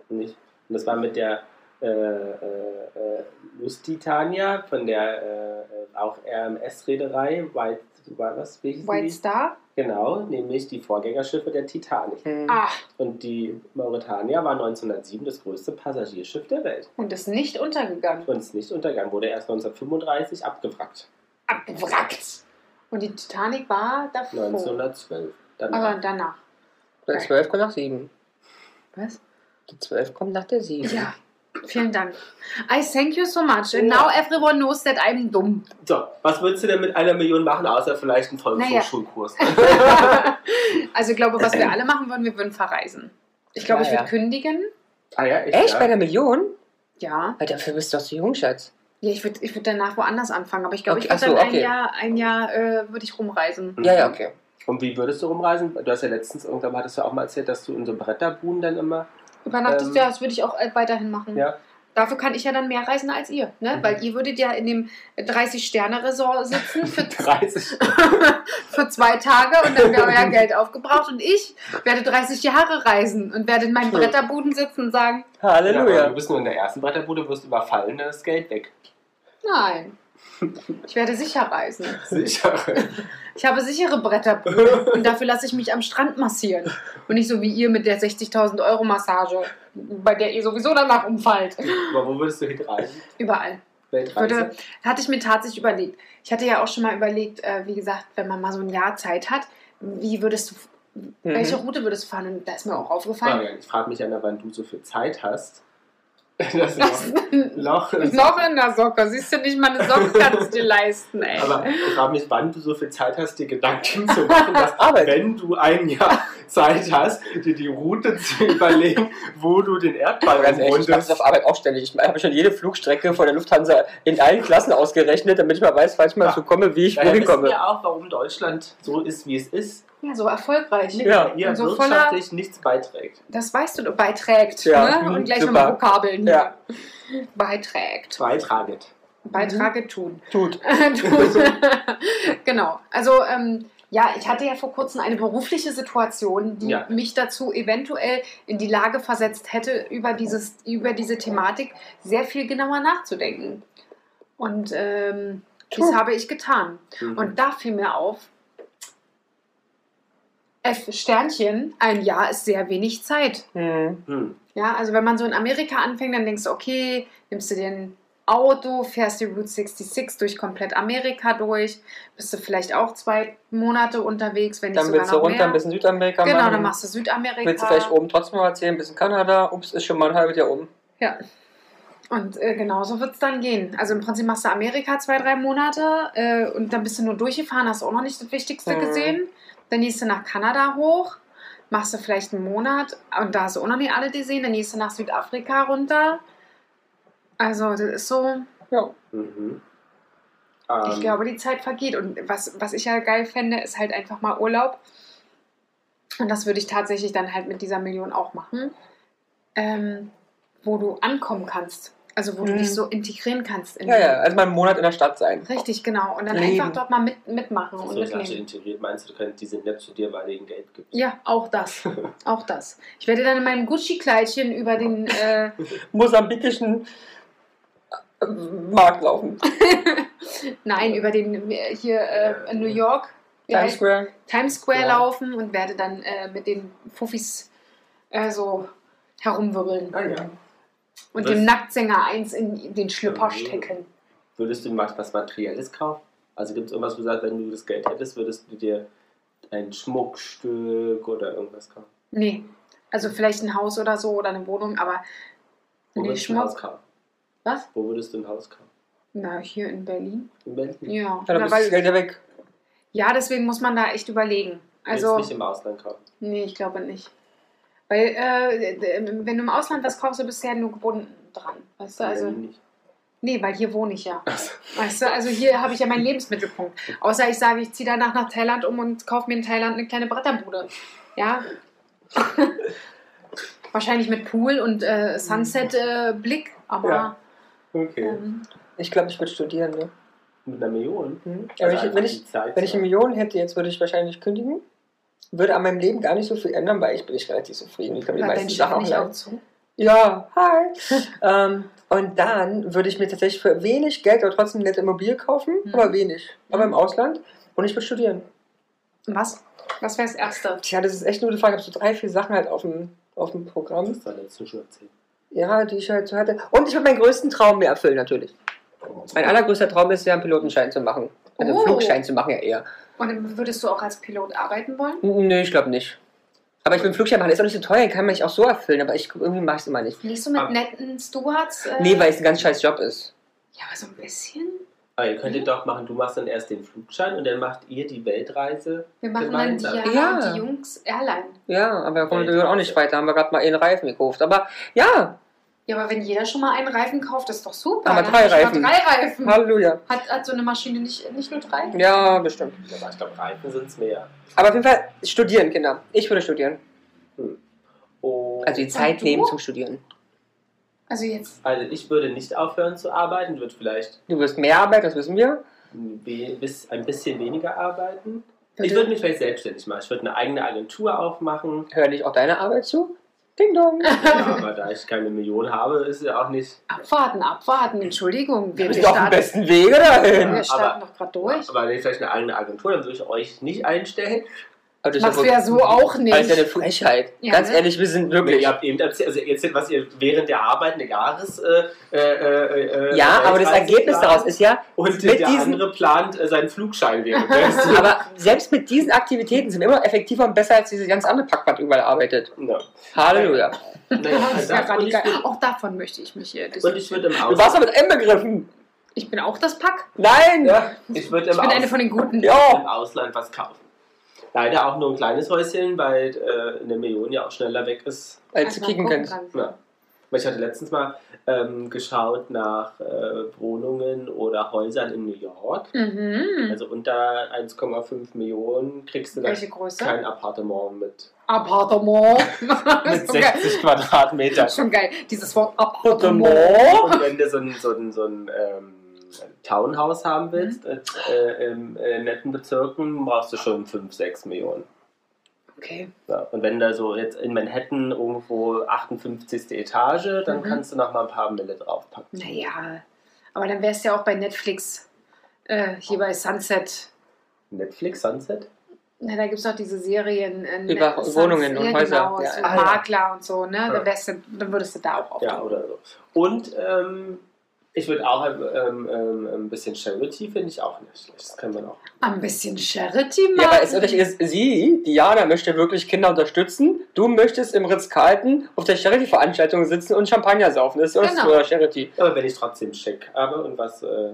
[SPEAKER 2] Nicht. Und das war mit der äh, äh, äh, Lusitania von der äh, äh, auch RMS-Reederei, White, war was, wie hießen
[SPEAKER 4] White
[SPEAKER 2] die?
[SPEAKER 4] Star?
[SPEAKER 2] Genau, nämlich die Vorgängerschiffe der Titanic.
[SPEAKER 1] Mhm.
[SPEAKER 4] Ah,
[SPEAKER 2] Und die Mauretania war 1907 das größte Passagierschiff der Welt.
[SPEAKER 4] und ist nicht untergegangen.
[SPEAKER 2] Und ist nicht untergegangen, wurde erst 1935 abgewrackt.
[SPEAKER 4] Abgewrackt. Und die Titanic war davor.
[SPEAKER 2] 1912. Dann
[SPEAKER 4] Aber danach.
[SPEAKER 1] Der 12 kommt nach 7.
[SPEAKER 4] Was?
[SPEAKER 1] Die 12 kommt nach der 7.
[SPEAKER 4] Ja. Vielen Dank. I thank you so much. And now everyone knows that I'm
[SPEAKER 1] [LAUGHS]
[SPEAKER 4] dumm.
[SPEAKER 2] So, was würdest du denn mit einer Million machen, außer vielleicht einen Volkshochschulkurs?
[SPEAKER 4] also ich glaube, was wir alle machen würden, wir würden verreisen. Ich glaube, ich
[SPEAKER 1] Ja,
[SPEAKER 4] würde
[SPEAKER 1] ja.
[SPEAKER 4] kündigen.
[SPEAKER 2] [LAUGHS] ah ja, echt?
[SPEAKER 1] Echt? Bei
[SPEAKER 2] Ja.
[SPEAKER 1] einer Million?
[SPEAKER 4] Ja.
[SPEAKER 1] Weil dafür bist du doch zu jung, Schatz.
[SPEAKER 4] Ja, ich würde ich würd danach woanders anfangen. Aber ich glaube,
[SPEAKER 1] Okay,
[SPEAKER 4] ich würde
[SPEAKER 1] ach so,
[SPEAKER 4] dann ein
[SPEAKER 1] okay.
[SPEAKER 4] Jahr, ein Jahr äh, würde ich rumreisen.
[SPEAKER 2] Mhm.
[SPEAKER 1] Ja, ja, okay.
[SPEAKER 2] Und wie würdest du rumreisen? Du hast ja letztens irgendwann hattest du auch mal erzählt, dass du in so Bretterbuhnen
[SPEAKER 1] [LAUGHS]
[SPEAKER 2] dann immer.
[SPEAKER 4] Übernachtest,
[SPEAKER 2] Ähm,
[SPEAKER 4] ja, das würde ich auch äh, weiterhin machen.
[SPEAKER 2] Ja.
[SPEAKER 4] Dafür kann ich ja dann mehr reisen als ihr, ne?
[SPEAKER 2] Mhm.
[SPEAKER 4] Weil ihr würdet ja in dem 30-Sterne-Resort sitzen für, [LAUGHS]
[SPEAKER 2] 30.
[SPEAKER 4] für zwei Tage und dann wäre euer Geld aufgebraucht und ich werde 30 Jahre reisen und werde in meinen
[SPEAKER 1] Hm.
[SPEAKER 4] Bretterbuden sitzen und sagen,
[SPEAKER 2] Ja, aber du
[SPEAKER 1] Halleluja.
[SPEAKER 2] bist nur in der ersten Bretterbude, wirst überfallen, dann ist das
[SPEAKER 1] [LAUGHS]
[SPEAKER 2] Geld weg.
[SPEAKER 4] nein, ich werde sicher reisen.
[SPEAKER 2] Sicher.
[SPEAKER 4] Ich habe sichere Bretterbuden und dafür lasse ich mich am Strand massieren und nicht so wie ihr mit der 60.000 Euro Massage, bei der ihr sowieso danach umfallt.
[SPEAKER 2] aber wo würdest du hinreisen?
[SPEAKER 4] Überall.
[SPEAKER 2] Weltreise?
[SPEAKER 4] würde, hatte ich mir tatsächlich überlegt. Ich hatte ja auch schon mal überlegt, äh, wie gesagt, wenn man mal so ein Jahr Zeit hat, wie würdest du,
[SPEAKER 1] Mhm. Also,
[SPEAKER 4] welche Route würdest du fahren? Und da ist mir auch [LAUGHS] aufgefallen,
[SPEAKER 2] Marian, ich frage mich an, wann du so viel Zeit hast. [LAUGHS] Das ist Loch.
[SPEAKER 4] noch in der Socke. Siehst du nicht, meine
[SPEAKER 1] [LAUGHS]
[SPEAKER 4] Socke kannst du dir leisten, ey.
[SPEAKER 2] Aber ich frage mich, wann du so viel Zeit hast, dir Gedanken zu machen, dass
[SPEAKER 1] Arbeit.
[SPEAKER 2] wenn du ein Jahr Zeit hast, dir die Route zu [LAUGHS] überlegen, wo du den Erdball
[SPEAKER 1] Ganz ehrlich, ich mache das
[SPEAKER 2] rundest.
[SPEAKER 1] auf Arbeit auch ständig. Ich habe schon jede Flugstrecke von der Lufthansa in allen Klassen ausgerechnet, damit ich mal weiß, falls ich mal
[SPEAKER 2] Ja.
[SPEAKER 1] so komme, wie ich
[SPEAKER 2] Daher
[SPEAKER 1] wohin
[SPEAKER 2] wissen
[SPEAKER 1] komme.
[SPEAKER 2] wir auch, warum Deutschland so ist, wie es ist.
[SPEAKER 4] ja, so erfolgreich.
[SPEAKER 1] Ja.
[SPEAKER 2] Ihr
[SPEAKER 4] Und so
[SPEAKER 2] wirtschaftlich nichts beiträgt.
[SPEAKER 4] Das weißt du, beiträgt.
[SPEAKER 1] Ja,
[SPEAKER 4] ne?
[SPEAKER 1] mhm,
[SPEAKER 4] Und gleich
[SPEAKER 1] super.
[SPEAKER 4] nochmal Vokabeln. hier.
[SPEAKER 1] Ja. Mhm.
[SPEAKER 4] Beiträgt.
[SPEAKER 2] Beitraget.
[SPEAKER 4] Beitrage tun.
[SPEAKER 1] Tut.
[SPEAKER 4] [LAUGHS] Tun. genau. Also, ähm, ja, ich hatte ja vor kurzem eine berufliche Situation, die
[SPEAKER 2] Ja.
[SPEAKER 4] mich dazu eventuell in die Lage versetzt hätte, über, dieses, über diese Thematik sehr viel genauer nachzudenken. Und ähm, das
[SPEAKER 1] Cool.
[SPEAKER 4] habe ich getan.
[SPEAKER 2] Mhm.
[SPEAKER 4] Und da fiel mir auf, F Sternchen, ein Jahr ist sehr wenig Zeit.
[SPEAKER 1] Hm.
[SPEAKER 2] Hm.
[SPEAKER 4] Ja, also wenn man so in Amerika anfängt, dann denkst du, okay, nimmst du dir ein Auto, fährst die Route 66 durch komplett Amerika durch, bist du vielleicht auch zwei Monate unterwegs, wenn nicht
[SPEAKER 1] Dann
[SPEAKER 4] sogar
[SPEAKER 1] willst du
[SPEAKER 4] noch
[SPEAKER 1] runter,
[SPEAKER 4] runter,
[SPEAKER 1] ein
[SPEAKER 4] mehr.
[SPEAKER 1] bisschen Südamerika
[SPEAKER 4] Genau,
[SPEAKER 1] machen.
[SPEAKER 4] dann machst du Südamerika.
[SPEAKER 1] Willst du vielleicht oben trotzdem mal erzählen, ein bisschen Kanada? Ups, ist schon mal ein halbes Jahr um.
[SPEAKER 4] Ja. Und äh, genauso wird es dann gehen. Also im Prinzip machst du Amerika zwei, drei Monate äh, und dann bist du nur durchgefahren, hast auch noch nicht das Wichtigste
[SPEAKER 1] Mhm.
[SPEAKER 4] gesehen. Dann gehst du nach Kanada hoch, machst du vielleicht einen Monat und da hast du auch noch nicht alle gesehen. Dann gehst du nach Südafrika runter. Also das ist so,
[SPEAKER 1] Ja.
[SPEAKER 2] Mhm.
[SPEAKER 4] ich
[SPEAKER 2] Ähm,
[SPEAKER 4] glaube, die Zeit vergeht. Und was, was ich ja geil fände, ist halt einfach mal Urlaub. Und das würde ich tatsächlich dann halt mit dieser Million auch machen. Ähm, wo du ankommen kannst. Also wo du
[SPEAKER 1] Mhm.
[SPEAKER 4] dich so integrieren kannst. In
[SPEAKER 1] ja, ja, also mal einen Monat in der Stadt sein.
[SPEAKER 4] Richtig, genau. Und dann
[SPEAKER 1] Leben.
[SPEAKER 4] einfach dort mal mit, mitmachen und
[SPEAKER 2] so Leute
[SPEAKER 4] mitleben.
[SPEAKER 2] integriert meinst du, können- die sind nett zu dir, weil denen Geld gibt.
[SPEAKER 4] Ja, auch das. auch das. Ich werde dann in meinem Gucci-Kleidchen über den. Äh,
[SPEAKER 1] Mosambikischen äh, Markt laufen.
[SPEAKER 4] nein, über den äh, hier äh, in New York wie
[SPEAKER 1] Times
[SPEAKER 4] heißt-
[SPEAKER 1] Square.
[SPEAKER 4] Times Square
[SPEAKER 2] Ja.
[SPEAKER 4] laufen und werde dann äh, mit den Fuffis äh, so herumwirbeln
[SPEAKER 2] Ah, ja.
[SPEAKER 4] und
[SPEAKER 2] Das-
[SPEAKER 4] dem Nacktsänger eins in den Schlüpper stecken.
[SPEAKER 2] Würdest du mal was Materielles kaufen? Also gibt es irgendwas, wo du sagst, wenn du das Geld hättest, würdest du dir ein Schmuckstück oder irgendwas kaufen?
[SPEAKER 4] Nee, also vielleicht ein Haus oder so oder eine Wohnung, aber
[SPEAKER 2] Wo
[SPEAKER 4] nee,
[SPEAKER 2] würdest du ein Haus
[SPEAKER 4] Schmuck.
[SPEAKER 2] kaufen?
[SPEAKER 4] Was?
[SPEAKER 2] Wo würdest du ein Haus kaufen?
[SPEAKER 4] Na, hier in Berlin.
[SPEAKER 2] In Berlin?
[SPEAKER 4] Ja,
[SPEAKER 1] Ja, dann
[SPEAKER 4] Na,
[SPEAKER 1] bist du das
[SPEAKER 4] weil,
[SPEAKER 1] Geld ja weg.
[SPEAKER 4] ja deswegen muss man da echt überlegen.
[SPEAKER 2] Willst du
[SPEAKER 4] Also,
[SPEAKER 2] nicht im Ausland kaufen.
[SPEAKER 4] nee, ich glaube nicht. Weil, äh, d- wenn du im Ausland was kaufst, bist du ja nur gebunden dran. Weißt du,
[SPEAKER 2] In
[SPEAKER 4] also.
[SPEAKER 2] Berlin nicht.
[SPEAKER 4] Nee, weil hier wohne ich ja. Weißt du, also hier habe ich ja meinen Lebensmittelpunkt. Außer ich sage, ich ziehe danach nach Thailand um und kaufe mir in Thailand eine kleine Bretterbude.
[SPEAKER 1] [LAUGHS]
[SPEAKER 4] Ja. Wahrscheinlich mit Pool und äh, Sunset-Blick, aber
[SPEAKER 2] Ja. Okay.
[SPEAKER 4] ähm,
[SPEAKER 1] Ich glaube, ich würde studieren, ne?
[SPEAKER 2] Mit einer Million?
[SPEAKER 4] Hm?
[SPEAKER 1] Ja, wenn,
[SPEAKER 2] Also
[SPEAKER 1] ich, wenn,
[SPEAKER 2] einfach
[SPEAKER 1] ich,
[SPEAKER 2] die Zeit
[SPEAKER 1] wenn ich
[SPEAKER 2] zu-
[SPEAKER 1] eine Million hätte, jetzt würde ich wahrscheinlich kündigen. Würde an meinem Leben gar nicht so viel ändern, weil ich bin ich relativ zufrieden. Ich kann die
[SPEAKER 4] hört dein
[SPEAKER 1] meisten
[SPEAKER 4] Chef
[SPEAKER 1] Sachen auch
[SPEAKER 4] nicht auch
[SPEAKER 1] leisten.
[SPEAKER 4] zu.
[SPEAKER 1] Ja, hi. [LAUGHS] ähm, und dann würde ich mir tatsächlich für wenig Geld aber trotzdem eine nette Immobilie kaufen,
[SPEAKER 4] Mhm.
[SPEAKER 1] aber wenig. Aber im
[SPEAKER 4] Mhm.
[SPEAKER 1] Ausland. Und ich würde studieren.
[SPEAKER 4] Was? Was wäre das Erste?
[SPEAKER 1] Tja, das ist echt eine gute Frage. Ich habe so drei, vier Sachen halt auf dem, auf dem Programm,
[SPEAKER 2] Das soll jetzt schon erzählen.
[SPEAKER 1] ja, die ich halt so hatte. Und ich würde meinen größten Traum mir erfüllen, natürlich. Mein allergrößter Traum ist ja, einen Pilotenschein zu machen. Also einen
[SPEAKER 4] Oh.
[SPEAKER 1] Flugschein zu machen, ja eher.
[SPEAKER 4] Und würdest du auch als Pilot arbeiten wollen?
[SPEAKER 1] N- Nee, ich glaube nicht. Aber ich bin Flugscheinmacher, ist auch nicht so teuer, den kann man nicht auch so erfüllen, aber ich irgendwie mache ich es immer nicht.
[SPEAKER 4] Fliegst du mit
[SPEAKER 2] Ah.
[SPEAKER 4] netten Stewards? Äh,
[SPEAKER 1] Nee, weil es ein ganz scheiß Job ist.
[SPEAKER 4] Ja, aber so ein bisschen.
[SPEAKER 2] Aber ihr könntet doch machen, du machst dann erst den Flugschein und dann macht ihr die Weltreise.
[SPEAKER 4] Wir machen dann die,
[SPEAKER 2] Gemeinsam.
[SPEAKER 4] Jana
[SPEAKER 1] Ja.
[SPEAKER 4] und die Jungs Airline.
[SPEAKER 1] Ja, aber da kommen
[SPEAKER 2] Ja,
[SPEAKER 1] wir
[SPEAKER 2] ich-
[SPEAKER 1] auch nicht weiter, haben wir gerade mal einen Reifen gekauft. Aber ja,
[SPEAKER 4] Ja, aber wenn jeder schon mal einen Reifen kauft, ist doch super.
[SPEAKER 1] Aber
[SPEAKER 4] Dann
[SPEAKER 1] drei
[SPEAKER 4] hab ich mal
[SPEAKER 1] Reifen.
[SPEAKER 4] Drei Reifen.
[SPEAKER 1] Halleluja.
[SPEAKER 4] Hat, hat so eine Maschine nicht, nicht nur drei?
[SPEAKER 1] Ja, bestimmt.
[SPEAKER 2] Aber ich glaube, Reifen sind es mehr.
[SPEAKER 1] Aber auf jeden Fall studieren, Kinder. Ich würde studieren.
[SPEAKER 2] Und
[SPEAKER 1] Also die
[SPEAKER 4] Und
[SPEAKER 1] Zeit
[SPEAKER 4] du?
[SPEAKER 1] nehmen zum Studieren.
[SPEAKER 4] Also jetzt,
[SPEAKER 2] also ich würde nicht aufhören zu arbeiten, würde vielleicht
[SPEAKER 1] Du wirst mehr arbeiten, das wissen wir.
[SPEAKER 2] ein we- bis- ein bisschen weniger arbeiten.
[SPEAKER 4] Würde-
[SPEAKER 2] Ich würde mich vielleicht selbstständig machen. Ich würde eine eigene
[SPEAKER 1] [LAUGHS]
[SPEAKER 2] Agentur aufmachen.
[SPEAKER 1] Hör nicht auch deine Arbeit zu? Ding
[SPEAKER 4] [LAUGHS]
[SPEAKER 1] dong.
[SPEAKER 2] Ja, aber da ich keine Million habe, ist ja auch nicht.
[SPEAKER 4] abwarten, abwarten, Entschuldigung. Wir,
[SPEAKER 1] Du bist
[SPEAKER 4] wir
[SPEAKER 1] auf dem
[SPEAKER 4] starten,
[SPEAKER 1] besten Wege dahin.
[SPEAKER 4] wir starten
[SPEAKER 2] aber-
[SPEAKER 4] doch gerade durch.
[SPEAKER 2] Aber wenn ich vielleicht eine eigene Agentur, dann würde ich euch nicht einstellen.
[SPEAKER 1] Aber das ist
[SPEAKER 4] Machst du
[SPEAKER 1] wirklich-
[SPEAKER 4] ja so auch nicht.
[SPEAKER 1] Das ist ja eine Frechheit.
[SPEAKER 4] Ja,
[SPEAKER 1] Ganz
[SPEAKER 4] ne?
[SPEAKER 1] ehrlich, wir sind wirklich.
[SPEAKER 2] Ihr habt eben erzählt, also ihr erzählt, was ihr während der Arbeit eine Jahres. Äh, äh, äh, äh,
[SPEAKER 1] Ja, aber das
[SPEAKER 2] Weltreise
[SPEAKER 1] Ergebnis
[SPEAKER 2] plant.
[SPEAKER 1] daraus ist ja,
[SPEAKER 2] Und
[SPEAKER 1] Mit
[SPEAKER 2] der
[SPEAKER 1] diesen-
[SPEAKER 2] andere plant äh, seinen Flugschein
[SPEAKER 4] [LAUGHS]
[SPEAKER 2] während des- [LAUGHS]
[SPEAKER 1] Aber selbst mit diesen Aktivitäten sind wir immer noch effektiver und besser als diese ganz andere Packband die überall arbeitet.
[SPEAKER 2] ja.
[SPEAKER 1] Halleluja.
[SPEAKER 2] Naja,
[SPEAKER 4] das
[SPEAKER 2] also
[SPEAKER 4] ist ja
[SPEAKER 2] das und, ich
[SPEAKER 4] radikal.
[SPEAKER 2] würde,
[SPEAKER 4] Auch davon möchte ich mich hier
[SPEAKER 2] und ich würde im
[SPEAKER 1] Du warst
[SPEAKER 2] Ausland.
[SPEAKER 1] aber mit M begriffen.
[SPEAKER 4] Ich bin auch das Pack.
[SPEAKER 1] Nein!
[SPEAKER 2] Ja, ich würde im,
[SPEAKER 4] Ich bin eine
[SPEAKER 2] Aus-
[SPEAKER 4] von den Guten.
[SPEAKER 2] im
[SPEAKER 1] Ja!
[SPEAKER 2] Ausland was kaufen. Leider auch nur ein kleines Häuschen, weil äh, eine Million ja auch schneller weg ist.
[SPEAKER 1] Als du
[SPEAKER 4] Also
[SPEAKER 1] kicken
[SPEAKER 4] gucken
[SPEAKER 1] kannst.
[SPEAKER 4] kannst.
[SPEAKER 2] Ja. Aber Ich hatte letztens mal ähm, geschaut nach äh, Wohnungen oder Häusern in New York.
[SPEAKER 4] Mhm.
[SPEAKER 2] Also unter 1,5 Millionen kriegst du da
[SPEAKER 4] Welche Größe?
[SPEAKER 2] kein Appartement mit,
[SPEAKER 4] Appartement. [LAUGHS] Das
[SPEAKER 2] mit
[SPEAKER 4] ist schon geil.
[SPEAKER 2] 60 Quadratmetern.
[SPEAKER 4] Schon geil. Dieses Wort Appartement.
[SPEAKER 1] Appartement.
[SPEAKER 2] Und wenn du so ein, so ein, so ein ähm, Townhouse haben willst, äh, in äh, netten Bezirken, brauchst du schon 5, 6 Millionen.
[SPEAKER 4] Okay.
[SPEAKER 2] Ja. Und wenn da so jetzt in Manhattan irgendwo 58. Etage, dann
[SPEAKER 4] Mhm.
[SPEAKER 2] kannst du noch mal ein paar Mille draufpacken.
[SPEAKER 4] Naja. Aber dann wärst du ja auch bei Netflix. Äh, hier bei Sunset.
[SPEAKER 2] Netflix, Sunset?
[SPEAKER 4] Na, da gibt es auch diese Serien. äh,
[SPEAKER 1] Über
[SPEAKER 4] Netflix,
[SPEAKER 1] Wohnungen und
[SPEAKER 4] ja,
[SPEAKER 1] Häuser.
[SPEAKER 4] Genau,
[SPEAKER 1] Ja,
[SPEAKER 4] so
[SPEAKER 1] ah, ja.
[SPEAKER 4] Makler und so, ne?
[SPEAKER 2] Ja.
[SPEAKER 4] Dann, wärst du, dann würdest du da auch
[SPEAKER 2] Ja,
[SPEAKER 4] auftauchen.
[SPEAKER 2] oder so. Und ähm, ich würde auch ähm, ähm, ein bisschen Charity, finde ich auch nicht schlecht. Das kann man auch.
[SPEAKER 4] Ein bisschen Charity machen.
[SPEAKER 1] Ja, aber es Unterschied ist, sie, Diana, möchte wirklich Kinder unterstützen. Du möchtest im Ritz-Carlton auf der Charity-Veranstaltung sitzen und Champagner saufen. Das ist uns
[SPEAKER 4] Genau.
[SPEAKER 1] für Charity.
[SPEAKER 2] Aber wenn ich trotzdem schick habe und was. Äh,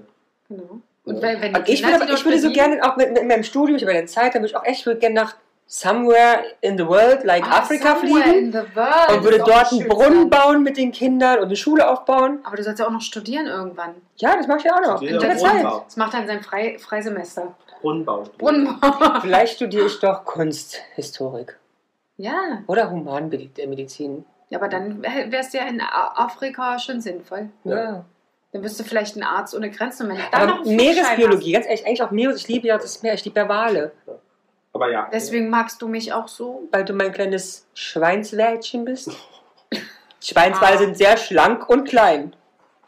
[SPEAKER 4] Genau. Und wenn, wenn die
[SPEAKER 1] Und ich
[SPEAKER 4] Kinder,
[SPEAKER 1] würde,
[SPEAKER 4] die
[SPEAKER 1] aber, ich
[SPEAKER 4] dort
[SPEAKER 1] würde so
[SPEAKER 4] verdienen-
[SPEAKER 1] gerne auch mit, mit meinem Studium, ich habe meine Zeit, da würde ich auch echt ich würde gerne nach somewhere in the world, like
[SPEAKER 4] Ah,
[SPEAKER 1] Afrika
[SPEAKER 4] somewhere
[SPEAKER 1] fliegen.
[SPEAKER 4] in the world.
[SPEAKER 1] Und würde
[SPEAKER 4] Ist auch
[SPEAKER 1] dort
[SPEAKER 4] schön
[SPEAKER 1] einen Brunnen
[SPEAKER 4] sein.
[SPEAKER 1] bauen mit den Kindern und eine Schule aufbauen.
[SPEAKER 4] Aber du sollst ja auch noch studieren irgendwann.
[SPEAKER 1] Ja, das mache ich ja auch noch.
[SPEAKER 2] Ja,
[SPEAKER 1] Ich habe
[SPEAKER 4] ja,
[SPEAKER 1] ja Zeit.
[SPEAKER 2] Wohnbau.
[SPEAKER 4] Das macht dann sein Frei Freisemester.
[SPEAKER 2] Brunnenbau.
[SPEAKER 4] Brunnenbau. [LAUGHS]
[SPEAKER 1] Vielleicht studiere ich doch Kunsthistorik
[SPEAKER 4] Ja.
[SPEAKER 1] oder Humanmedizin.
[SPEAKER 4] ja, aber dann wär- wärst du ja in A- Afrika schon sinnvoll.
[SPEAKER 1] Ja.
[SPEAKER 4] Dann wirst du vielleicht ein Arzt ohne Grenzen. Und wenn du dann noch
[SPEAKER 1] Aber
[SPEAKER 4] einen Flugschein
[SPEAKER 1] Meeresbiologie, ganz ehrlich, eigentlich auch Meeres. Ich liebe ja das Meer, ich liebe ja Wale.
[SPEAKER 2] Aber ja.
[SPEAKER 4] Hast, deswegen magst du mich auch so.
[SPEAKER 1] Weil du mein kleines Schweinswälchen bist. Schweinswale sind sehr schlank und
[SPEAKER 4] [LAUGHS]
[SPEAKER 1] klein.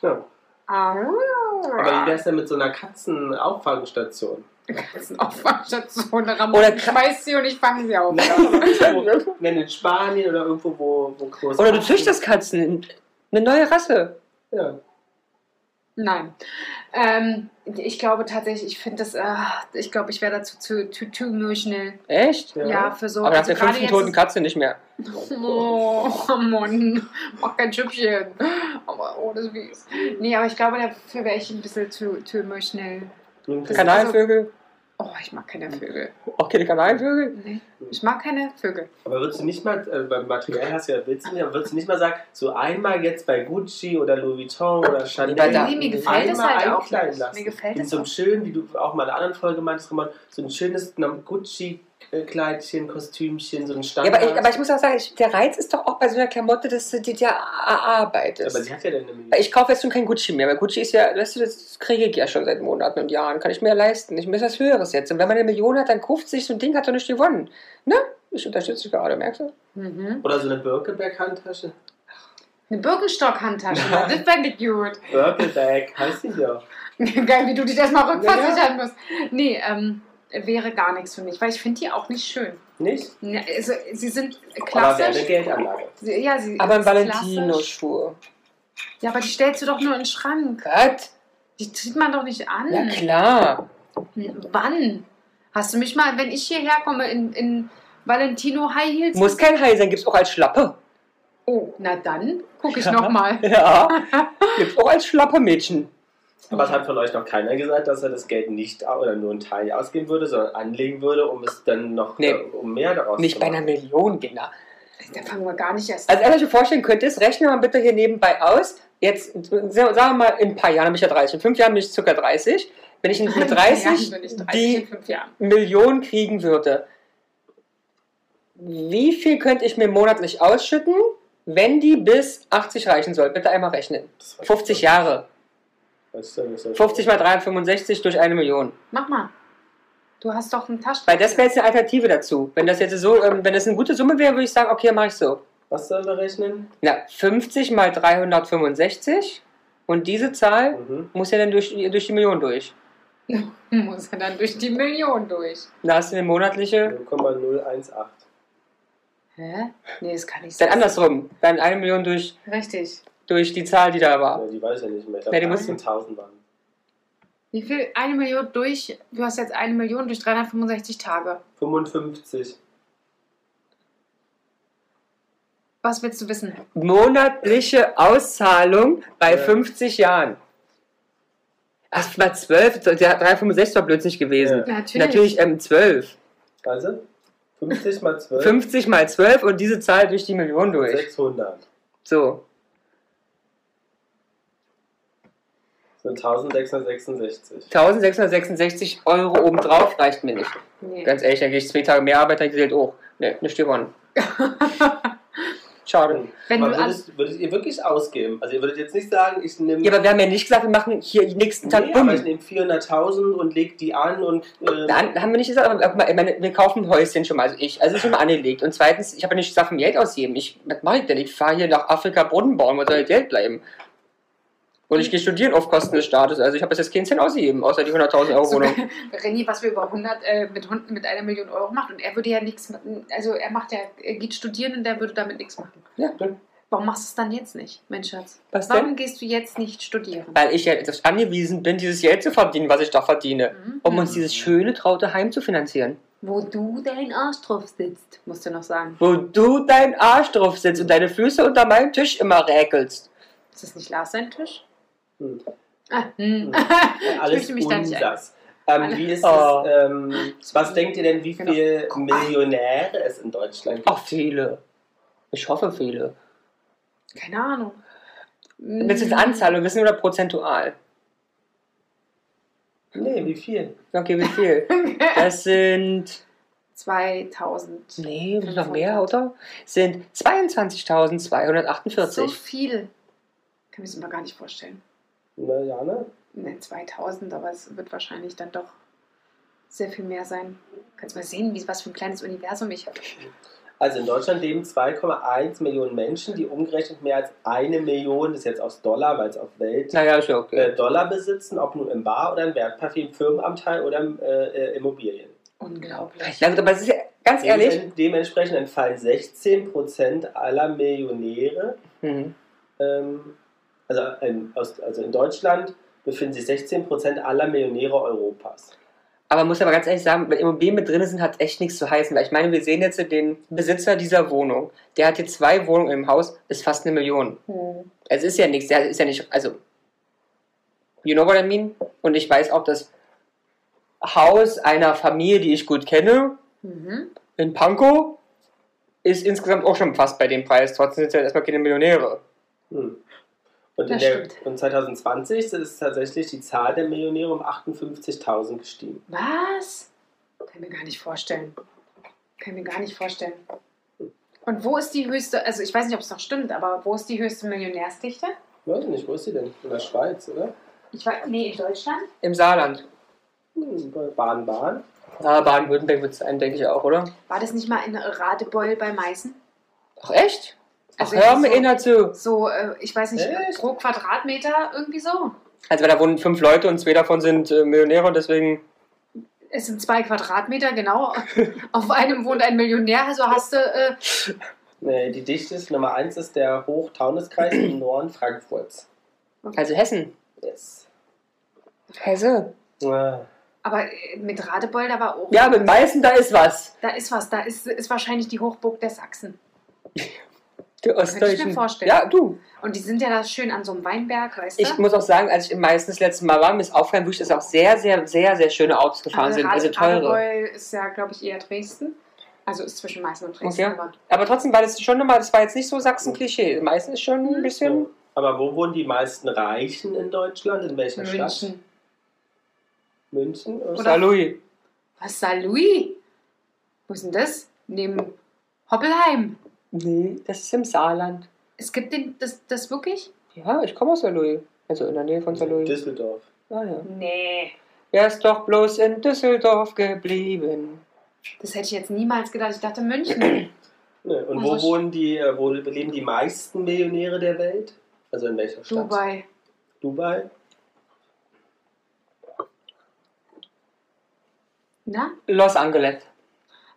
[SPEAKER 2] ja.
[SPEAKER 4] Ah.
[SPEAKER 2] Aber wie wär's denn mit so einer Katzenauffangstation?
[SPEAKER 4] [LAUGHS] ganzen Auffangstation. Ramon,
[SPEAKER 1] Oder
[SPEAKER 4] ich
[SPEAKER 1] Kra-
[SPEAKER 4] weiß sie und ich fange sie auf.
[SPEAKER 2] Irgendwo- Wenn in Spanien oder irgendwo, wo, wo groß
[SPEAKER 1] Oder du züchtest Katzen. Eine neue Rasse.
[SPEAKER 2] Ja.
[SPEAKER 4] Nein. Ähm, ich glaube tatsächlich, ich finde das, äh, ich glaube, ich wäre dazu zu, zu, zu emotional.
[SPEAKER 1] Echt?
[SPEAKER 4] Ja,
[SPEAKER 2] Ja.
[SPEAKER 4] für so. also
[SPEAKER 1] Aber nach der
[SPEAKER 4] gerade
[SPEAKER 1] fünften toten Katze nicht mehr.
[SPEAKER 4] Oh, Mann, mach kein Schüppchen. Aber oh, das ist süß. Nee, aber ich glaube, dafür wäre ich ein bisschen zu, zu emotional.
[SPEAKER 2] Okay.
[SPEAKER 1] Kanalvögel?
[SPEAKER 4] Oh, ich mag keine Vögel.
[SPEAKER 1] Auch keine Kanalvögel?
[SPEAKER 4] Nee, ich mag keine Vögel.
[SPEAKER 2] Aber würdest du nicht mal, äh, beim Material hast du ja Witz, aber würdest du nicht mal sagen, so einmal jetzt bei Gucci oder Louis Vuitton oder Chanel.
[SPEAKER 1] bei der-
[SPEAKER 4] Nee, mir gefällt es
[SPEAKER 2] einmal
[SPEAKER 4] halt auch
[SPEAKER 2] einkleiden
[SPEAKER 4] nicht. Mir gefällt
[SPEAKER 2] In
[SPEAKER 4] es
[SPEAKER 2] so einem
[SPEAKER 4] auch
[SPEAKER 2] schönen, wie du auch mal in einer anderen Folge meintest, Roman, so ein schönes Gucci-Kleidchen, Kostümchen, so ein
[SPEAKER 1] Ja,
[SPEAKER 2] Standard.
[SPEAKER 1] aber, ich, aber ich muss auch sagen, ich, der Reiz ist doch auch bei so einer Klamotte, dass du die dir erarbeitest.
[SPEAKER 2] Aber sie hat ja dann eine
[SPEAKER 1] Weil Ich kaufe jetzt schon kein Gucci mehr, weil Gucci ist ja, weißt du, das kriege ich ja schon seit Monaten und Jahren, kann ich mir ja leisten. Ich muss was Höheres jetzt. Und wenn man eine Million hat, dann kauft sich so ein Ding, hat doch nicht gewonnen. Ne? Ich unterstütze dich gerade, merkst du?
[SPEAKER 4] Mhm.
[SPEAKER 2] Oder so eine Birkeberg-Handtasche.
[SPEAKER 4] Eine Birkenstock-Handtasche,
[SPEAKER 2] [LAUGHS]
[SPEAKER 4] das fände ich gut.
[SPEAKER 2] Birkeberg, [LAUGHS] heißt die doch.
[SPEAKER 4] [LAUGHS] Geil, wie du die das mal rückversichern
[SPEAKER 2] Ja,
[SPEAKER 4] musst. Nee, ähm, wäre gar nichts für mich, weil ich finde die auch nicht schön.
[SPEAKER 2] Nicht?
[SPEAKER 4] Ja, also, sie sind
[SPEAKER 2] Oder wäre eine
[SPEAKER 4] klassisch.
[SPEAKER 2] Geldanlage.
[SPEAKER 4] Sie, ja, sie
[SPEAKER 1] Aber ein
[SPEAKER 4] ist klassisch.
[SPEAKER 1] Valentino-Schuhe.
[SPEAKER 4] Ja, aber die stellst du doch nur in den Schrank.
[SPEAKER 1] Was?
[SPEAKER 4] Die zieht man doch nicht an.
[SPEAKER 1] Na klar.
[SPEAKER 4] Wann? Hast du mich mal, wenn ich hierher komme, in, in Valentino High Heels?
[SPEAKER 1] Muss kein High sein, gibt's auch als Schlappe. [LAUGHS]
[SPEAKER 4] oh, na dann gucke ich
[SPEAKER 1] Ja.
[SPEAKER 4] nochmal.
[SPEAKER 1] Ja. gibt's auch als Schlappe, Mädchen.
[SPEAKER 2] Aber es hat von euch noch keiner gesagt, dass er das Geld nicht au- oder nur einen Teil ausgeben würde, sondern anlegen würde, um es dann noch
[SPEAKER 1] Nee.
[SPEAKER 2] äh, um mehr daraus
[SPEAKER 1] Nicht
[SPEAKER 2] zu
[SPEAKER 1] bei einer
[SPEAKER 2] machen.
[SPEAKER 1] Million, genau.
[SPEAKER 4] Da fangen wir gar nicht erst
[SPEAKER 1] Also, als ich mir vorstellen könnt, ist, rechne mal bitte hier nebenbei aus. Jetzt, sagen wir mal, in ein paar Jahren bin ich ja 30. In fünf Jahren bin ich circa 30. Wenn ich
[SPEAKER 4] In
[SPEAKER 1] mit
[SPEAKER 4] fünf
[SPEAKER 1] 30
[SPEAKER 4] Jahren bin ich 30
[SPEAKER 1] die
[SPEAKER 4] in fünf Jahren.
[SPEAKER 1] Million kriegen würde, wie viel könnte ich mir monatlich ausschütten, wenn die bis 80 reichen soll? Bitte einmal rechnen.
[SPEAKER 2] Das war-
[SPEAKER 1] 50 Jahre.
[SPEAKER 2] Das ist dann- das ist-
[SPEAKER 1] 50 mal 365 durch eine Million.
[SPEAKER 4] Mach mal. Du hast doch einen Taschenrechner.
[SPEAKER 1] Weil das wäre jetzt eine Alternative dazu. Wenn das jetzt so, ähm, wenn das eine gute Summe wäre, würde ich sagen, okay, mache ich so.
[SPEAKER 2] Was sollen wir rechnen?
[SPEAKER 1] Na, 50 mal 365 und diese Zahl
[SPEAKER 2] Mhm.
[SPEAKER 1] muss ja dann durch, durch die Million durch.
[SPEAKER 4] muss er dann durch die Million durch.
[SPEAKER 1] Da hast du eine monatliche.
[SPEAKER 2] 0,018.
[SPEAKER 4] Hä? Nee, das kann nicht
[SPEAKER 1] Dann
[SPEAKER 4] sein.
[SPEAKER 1] halt andersrum. Dann eine Million durch,
[SPEAKER 4] Richtig.
[SPEAKER 1] durch die Zahl, die da war.
[SPEAKER 2] Ja, die weiß ich ja nicht mehr. Ich
[SPEAKER 1] Ja,
[SPEAKER 2] glaube,
[SPEAKER 1] die muss-
[SPEAKER 2] 18.000 waren.
[SPEAKER 4] Wie viel? Eine Million durch. Du hast jetzt eine Million durch 365 Tage.
[SPEAKER 2] 55.
[SPEAKER 4] Was willst du wissen?
[SPEAKER 1] Monatliche Auszahlung bei
[SPEAKER 2] Ja.
[SPEAKER 1] 50 Jahren. Ach, mal 12. Der hat 365 war blödsinnig gewesen.
[SPEAKER 4] Natürlich.
[SPEAKER 1] Natürlich ähm, 12.
[SPEAKER 2] Also 50 mal 12.
[SPEAKER 1] 50 mal 12 und diese Zahl durch die Million durch.
[SPEAKER 2] 600.
[SPEAKER 1] So.
[SPEAKER 2] Das sind 1666.
[SPEAKER 1] 1666 Euro obendrauf reicht mir nicht.
[SPEAKER 4] Nee.
[SPEAKER 1] Ganz ehrlich, dann gehe ich zwei Tage mehr arbeiten, dann gilt auch. Ne, nicht gewonnen. Schade.
[SPEAKER 4] Wenn
[SPEAKER 2] Aber
[SPEAKER 4] du alles.
[SPEAKER 2] würdet, würdet ihr wirklich ausgeben? Also ihr würdet jetzt nicht sagen, ich nehme...
[SPEAKER 1] Ja, aber wir haben ja nicht gesagt, wir machen hier nächsten Tag
[SPEAKER 2] nee,
[SPEAKER 1] bumm.
[SPEAKER 2] aber ich nehme 400.000 und lege die an und... Äh,
[SPEAKER 1] Dann haben wir nicht gesagt, aber guck mal, ich meine, wir kaufen ein Häuschen schon mal, also ich, also ist schon mal angelegt. Und zweitens, ich habe ja nicht gesagt, Geld ausgeben. Ich, was mache ich denn? Ich fahre hier nach Afrika Brunnen bauen, wo soll das Geld bleiben? Und ich gehe studieren auf Kosten des Staates. Also ich habe bis jetzt keinen Cent ausgegeben, außer die 100.000 Euro
[SPEAKER 4] So,
[SPEAKER 1] Wohnung.
[SPEAKER 4] [LAUGHS]
[SPEAKER 2] [LAUGHS]
[SPEAKER 4] René, was wir über 100 äh, mit Hunden mit einer Million Euro machen und er würde ja nichts machen. Also er macht ja, er geht studieren und der würde damit nichts machen.
[SPEAKER 1] Ja.
[SPEAKER 4] Warum machst du es dann jetzt nicht, mein Schatz?
[SPEAKER 1] Was
[SPEAKER 4] Warum
[SPEAKER 1] denn?
[SPEAKER 4] gehst du jetzt nicht studieren?
[SPEAKER 1] Weil ich ja jetzt angewiesen bin, dieses Geld zu verdienen, was ich da verdiene.
[SPEAKER 4] Mhm.
[SPEAKER 1] Um uns dieses schöne, traute Heim zu finanzieren.
[SPEAKER 4] Wo du deinen Arsch drauf sitzt, musst du noch sagen.
[SPEAKER 1] Wo du deinen Arsch drauf sitzt und deine Füße unter meinem Tisch immer räkelst.
[SPEAKER 4] Ist das nicht Lars sein Tisch?
[SPEAKER 2] hm.
[SPEAKER 4] Ah, hm.
[SPEAKER 2] Mhm.
[SPEAKER 4] Ich
[SPEAKER 2] Alles
[SPEAKER 4] möchte mich da nicht
[SPEAKER 2] unsers. Ähm,
[SPEAKER 4] Alle-
[SPEAKER 2] wie ist
[SPEAKER 1] Oh.
[SPEAKER 2] es, ähm, was denkt ihr denn, wie
[SPEAKER 4] Genau.
[SPEAKER 2] viele Millionäre es in Deutschland gibt?
[SPEAKER 1] Ach, viele. Ich hoffe, viele.
[SPEAKER 4] Keine Ahnung. Hm.
[SPEAKER 1] Willst du jetzt Anzahlung wissen oder prozentual?
[SPEAKER 2] Nee, wie viel?
[SPEAKER 1] Okay, wie [LAUGHS] viel? Das sind.
[SPEAKER 4] 2000.
[SPEAKER 1] Nee, das sind noch mehr, oder? Sind 22.248.
[SPEAKER 4] So viel. Kann ich mir gar nicht vorstellen.
[SPEAKER 2] Na, Jana?
[SPEAKER 4] ne, 2000, aber es wird wahrscheinlich dann doch sehr viel mehr sein. Kannst mal sehen, wie, was für ein kleines Universum ich habe.
[SPEAKER 2] Also in Deutschland leben 2,1 Millionen Menschen, die umgerechnet mehr als eine Million, das ist jetzt aus Dollar, weil es auf Welt
[SPEAKER 1] Naja, ist ja okay.
[SPEAKER 2] äh, Dollar besitzen, ob nun im Bar- oder im Wertpapier, im Firmenanteil oder im, äh, äh, Immobilien.
[SPEAKER 4] Unglaublich.
[SPEAKER 1] Na gut, aber es ist ja, ganz ehrlich,
[SPEAKER 2] Demen- Dementsprechend entfallen 16% aller Millionäre.
[SPEAKER 1] mhm.
[SPEAKER 2] Ähm, also, in, aus, also in Deutschland befinden sich 16% aller Millionäre Europas.
[SPEAKER 1] aber man muss aber ganz ehrlich sagen, wenn Immobilien mit drin sind, hat echt nichts zu heißen. Weil ich meine, wir sehen jetzt den Besitzer dieser Wohnung. Der hat hier zwei Wohnungen im Haus, ist fast eine Million.
[SPEAKER 4] Hm.
[SPEAKER 1] Es ist ja nichts, der ist ja nicht, also, you know what I mean? Und ich weiß auch, das Haus einer Familie, die ich gut kenne,
[SPEAKER 4] Mhm.
[SPEAKER 1] in Pankow, ist insgesamt auch schon fast bei dem Preis. Trotzdem sind es ja erstmal keine Millionäre.
[SPEAKER 2] Hm. Und, in
[SPEAKER 4] Das
[SPEAKER 2] der,
[SPEAKER 4] stimmt.
[SPEAKER 2] und 2020 ist tatsächlich die Zahl der Millionäre um 58.000 gestiegen.
[SPEAKER 4] Was? Kann mir gar nicht vorstellen. Kann mir gar nicht vorstellen. Und wo ist die höchste, also ich weiß nicht, ob es noch stimmt, aber wo ist die höchste Millionärsdichte?
[SPEAKER 2] Weiß ich nicht, wo ist die denn? In der Schweiz, oder?
[SPEAKER 4] Ich weiß, nee, in Deutschland?
[SPEAKER 1] Im Saarland.
[SPEAKER 2] Hm, Baden-Baden.
[SPEAKER 1] Na, Baden-Württemberg wird es sein, denke ich auch, oder?
[SPEAKER 4] War das nicht mal in Radebeul bei Meißen?
[SPEAKER 1] Ach, echt? Ach,
[SPEAKER 4] Also
[SPEAKER 1] hör mir
[SPEAKER 4] irgendwie
[SPEAKER 1] ihn dazu.
[SPEAKER 4] So, äh, ich weiß nicht,
[SPEAKER 2] Echt?
[SPEAKER 4] pro Quadratmeter irgendwie so.
[SPEAKER 1] Also, weil da wohnen fünf Leute und zwei davon sind äh, Millionäre und deswegen.
[SPEAKER 4] Es sind zwei Quadratmeter, genau. [LAUGHS] Auf einem wohnt ein Millionär, also hast du äh,
[SPEAKER 2] Nee, die dichteste Nummer 1 ist der Hochtaunuskreis im
[SPEAKER 4] [CLEARS THROAT]
[SPEAKER 2] Norden Frankfurts.
[SPEAKER 1] Also Hessen.
[SPEAKER 2] Yes.
[SPEAKER 1] Hesse?
[SPEAKER 2] Ah.
[SPEAKER 4] Aber äh, mit Radebeul, da war auch.
[SPEAKER 1] Ja, mit Meißen, da ist was.
[SPEAKER 4] Da ist was, da ist, ist wahrscheinlich die Hochburg der Sachsen.
[SPEAKER 1] Die
[SPEAKER 4] ich mir
[SPEAKER 1] Ostdeutschen.
[SPEAKER 4] vorstellen.
[SPEAKER 1] Ja, du.
[SPEAKER 4] Und die sind ja da schön an so einem Weinberg, weißt
[SPEAKER 1] Ich
[SPEAKER 4] du?
[SPEAKER 1] muss auch sagen, als ich im Meißen das letzte Mal war, mir ist aufgefallen, wirklich, dass auch sehr, sehr, sehr, sehr schöne Autos gefahren
[SPEAKER 4] Aber
[SPEAKER 1] sind.
[SPEAKER 4] Rade-
[SPEAKER 1] Also teure.
[SPEAKER 4] Radebeul ist ja, glaube ich, eher Dresden. Also ist zwischen Meißen und Dresden.
[SPEAKER 1] Okay.
[SPEAKER 4] Aber
[SPEAKER 1] Aber trotzdem war das schon nochmal, das war jetzt nicht so Sachsen-Klischee. Meißen ist schon ein
[SPEAKER 4] Mhm.
[SPEAKER 1] bisschen.
[SPEAKER 2] Aber wo wohnen die meisten Reichen in Deutschland? In welcher Stadt?
[SPEAKER 4] München.
[SPEAKER 2] München? Oder?
[SPEAKER 1] Oder Louis.
[SPEAKER 4] Was, Saint Louis? Wo ist denn das? Neben Hoppelheim.
[SPEAKER 1] Nee, das ist im Saarland.
[SPEAKER 4] Es gibt den, das, das wirklich?
[SPEAKER 1] Ja, ich komme aus Saarlouis. Also in der Nähe von Saarlouis.
[SPEAKER 2] Düsseldorf.
[SPEAKER 1] Ah, ja.
[SPEAKER 4] Nee.
[SPEAKER 1] Er ist doch bloß in Düsseldorf geblieben.
[SPEAKER 4] Das hätte ich jetzt niemals gedacht. Ich dachte München.
[SPEAKER 2] Ne, Und
[SPEAKER 4] Ach
[SPEAKER 2] wo
[SPEAKER 4] so,
[SPEAKER 2] wohnen die, äh, wo leben die meisten Millionäre der Welt? Also in welcher Stadt?
[SPEAKER 4] Dubai.
[SPEAKER 2] Dubai?
[SPEAKER 4] Na?
[SPEAKER 1] Los Angeles.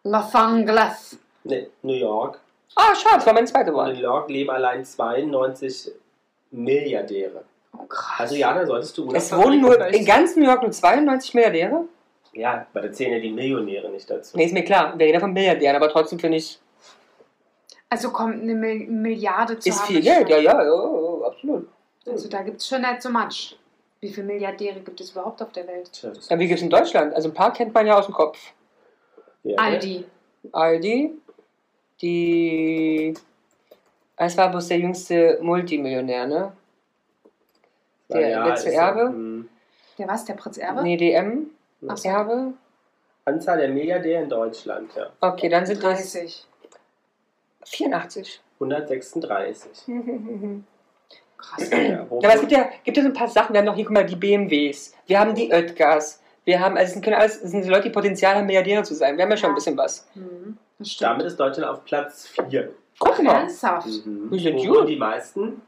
[SPEAKER 4] ne? Los Angeles.
[SPEAKER 2] Ne, New York.
[SPEAKER 1] Ah, schade, das war meine zweite
[SPEAKER 2] In
[SPEAKER 1] Wahl.
[SPEAKER 2] New York leben allein 92 Milliardäre.
[SPEAKER 4] Oh, krass.
[SPEAKER 2] Also Jana, solltest du
[SPEAKER 1] Es
[SPEAKER 2] Urlaub
[SPEAKER 1] wohnen
[SPEAKER 2] machen,
[SPEAKER 1] nur
[SPEAKER 2] vielleicht?
[SPEAKER 1] in ganz New York nur 92 Milliardäre.
[SPEAKER 2] Ja, aber da zählen ja die Millionäre nicht dazu.
[SPEAKER 1] Nee, ist mir klar, wir reden von Milliardären, aber trotzdem finde ich,
[SPEAKER 4] Also kommt eine Mil- Milliarde zu
[SPEAKER 1] ist
[SPEAKER 4] haben.
[SPEAKER 1] viel Geld. Ja, ja, ja, ja, absolut.
[SPEAKER 4] Also da gibt es schon nicht so much. Wie viele Milliardäre gibt es überhaupt auf der Welt?
[SPEAKER 2] Tja, das-
[SPEAKER 1] Ja, wie gibt es in Deutschland? Also ein paar kennt man ja aus dem Kopf.
[SPEAKER 2] ja, ne?
[SPEAKER 4] Aldi.
[SPEAKER 1] Aldi, die. Es war bloß der jüngste Multimillionär, ne?
[SPEAKER 2] Ja,
[SPEAKER 1] Der
[SPEAKER 2] ja,
[SPEAKER 1] äh, letzte
[SPEAKER 2] ist ja,
[SPEAKER 1] Erbe?
[SPEAKER 2] hm.
[SPEAKER 4] Der was? Der Prinz Erbe?
[SPEAKER 1] Nee, DM,
[SPEAKER 4] Ach so.
[SPEAKER 1] Erbe.
[SPEAKER 2] Anzahl der Milliardäre in Deutschland, ja.
[SPEAKER 1] Okay, dann sind das
[SPEAKER 4] 30.
[SPEAKER 1] 84.
[SPEAKER 2] 136. [CLEARS THROAT]
[SPEAKER 4] Krass.
[SPEAKER 2] Ja, wo
[SPEAKER 1] Ja, aber es gibt ja, gibt ja so ein paar Sachen. Wir haben noch hier, guck mal, die BMWs. Wir haben die Oetgers. Wir haben, also es sind, können alles, es sind so Leute, die Potenzial haben, Milliardäre zu sein. Wir haben ja schon ein
[SPEAKER 4] Ja.
[SPEAKER 1] bisschen was.
[SPEAKER 4] Mhm. Das stimmt.
[SPEAKER 2] Damit ist Deutschland auf Platz 4.
[SPEAKER 1] Guck mal.
[SPEAKER 4] Ernsthaft.
[SPEAKER 2] Mhm.
[SPEAKER 1] Wir sind
[SPEAKER 2] Wo
[SPEAKER 1] gut.
[SPEAKER 2] wohnen die meisten?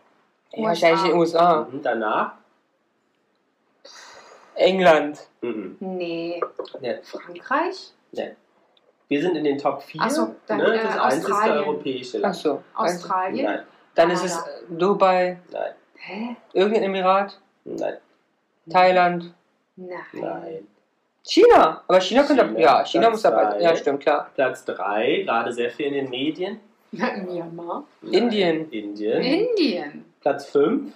[SPEAKER 1] Ja, wahrscheinlich in den USA.
[SPEAKER 2] Mhm. Danach?
[SPEAKER 1] England.
[SPEAKER 2] Mhm.
[SPEAKER 4] Nee.
[SPEAKER 2] Ja.
[SPEAKER 4] Frankreich?
[SPEAKER 2] Wir sind in den Top 4.
[SPEAKER 4] Ach so, dann,
[SPEAKER 2] ne?
[SPEAKER 4] äh,
[SPEAKER 2] Das einzige
[SPEAKER 4] Australien.
[SPEAKER 2] europäische
[SPEAKER 1] Ach
[SPEAKER 2] Land.
[SPEAKER 1] so. Also,
[SPEAKER 4] Australien?
[SPEAKER 2] Nein,
[SPEAKER 1] dann ist es äh, Dubai,
[SPEAKER 2] nein,
[SPEAKER 4] Hä?
[SPEAKER 1] irgendein Emirat,
[SPEAKER 2] nein,
[SPEAKER 1] Thailand,
[SPEAKER 4] Nein.
[SPEAKER 2] nein.
[SPEAKER 1] China. Aber China könnte,
[SPEAKER 2] China,
[SPEAKER 1] ja, China muss
[SPEAKER 2] Platz
[SPEAKER 1] dabei.
[SPEAKER 2] drei.
[SPEAKER 1] Ja, stimmt, klar.
[SPEAKER 2] Platz 3, gerade sehr viel in den Medien.
[SPEAKER 4] [LAUGHS] Myanmar?
[SPEAKER 2] Nein.
[SPEAKER 1] Indien.
[SPEAKER 2] Indien.
[SPEAKER 4] Indien.
[SPEAKER 2] Platz 5.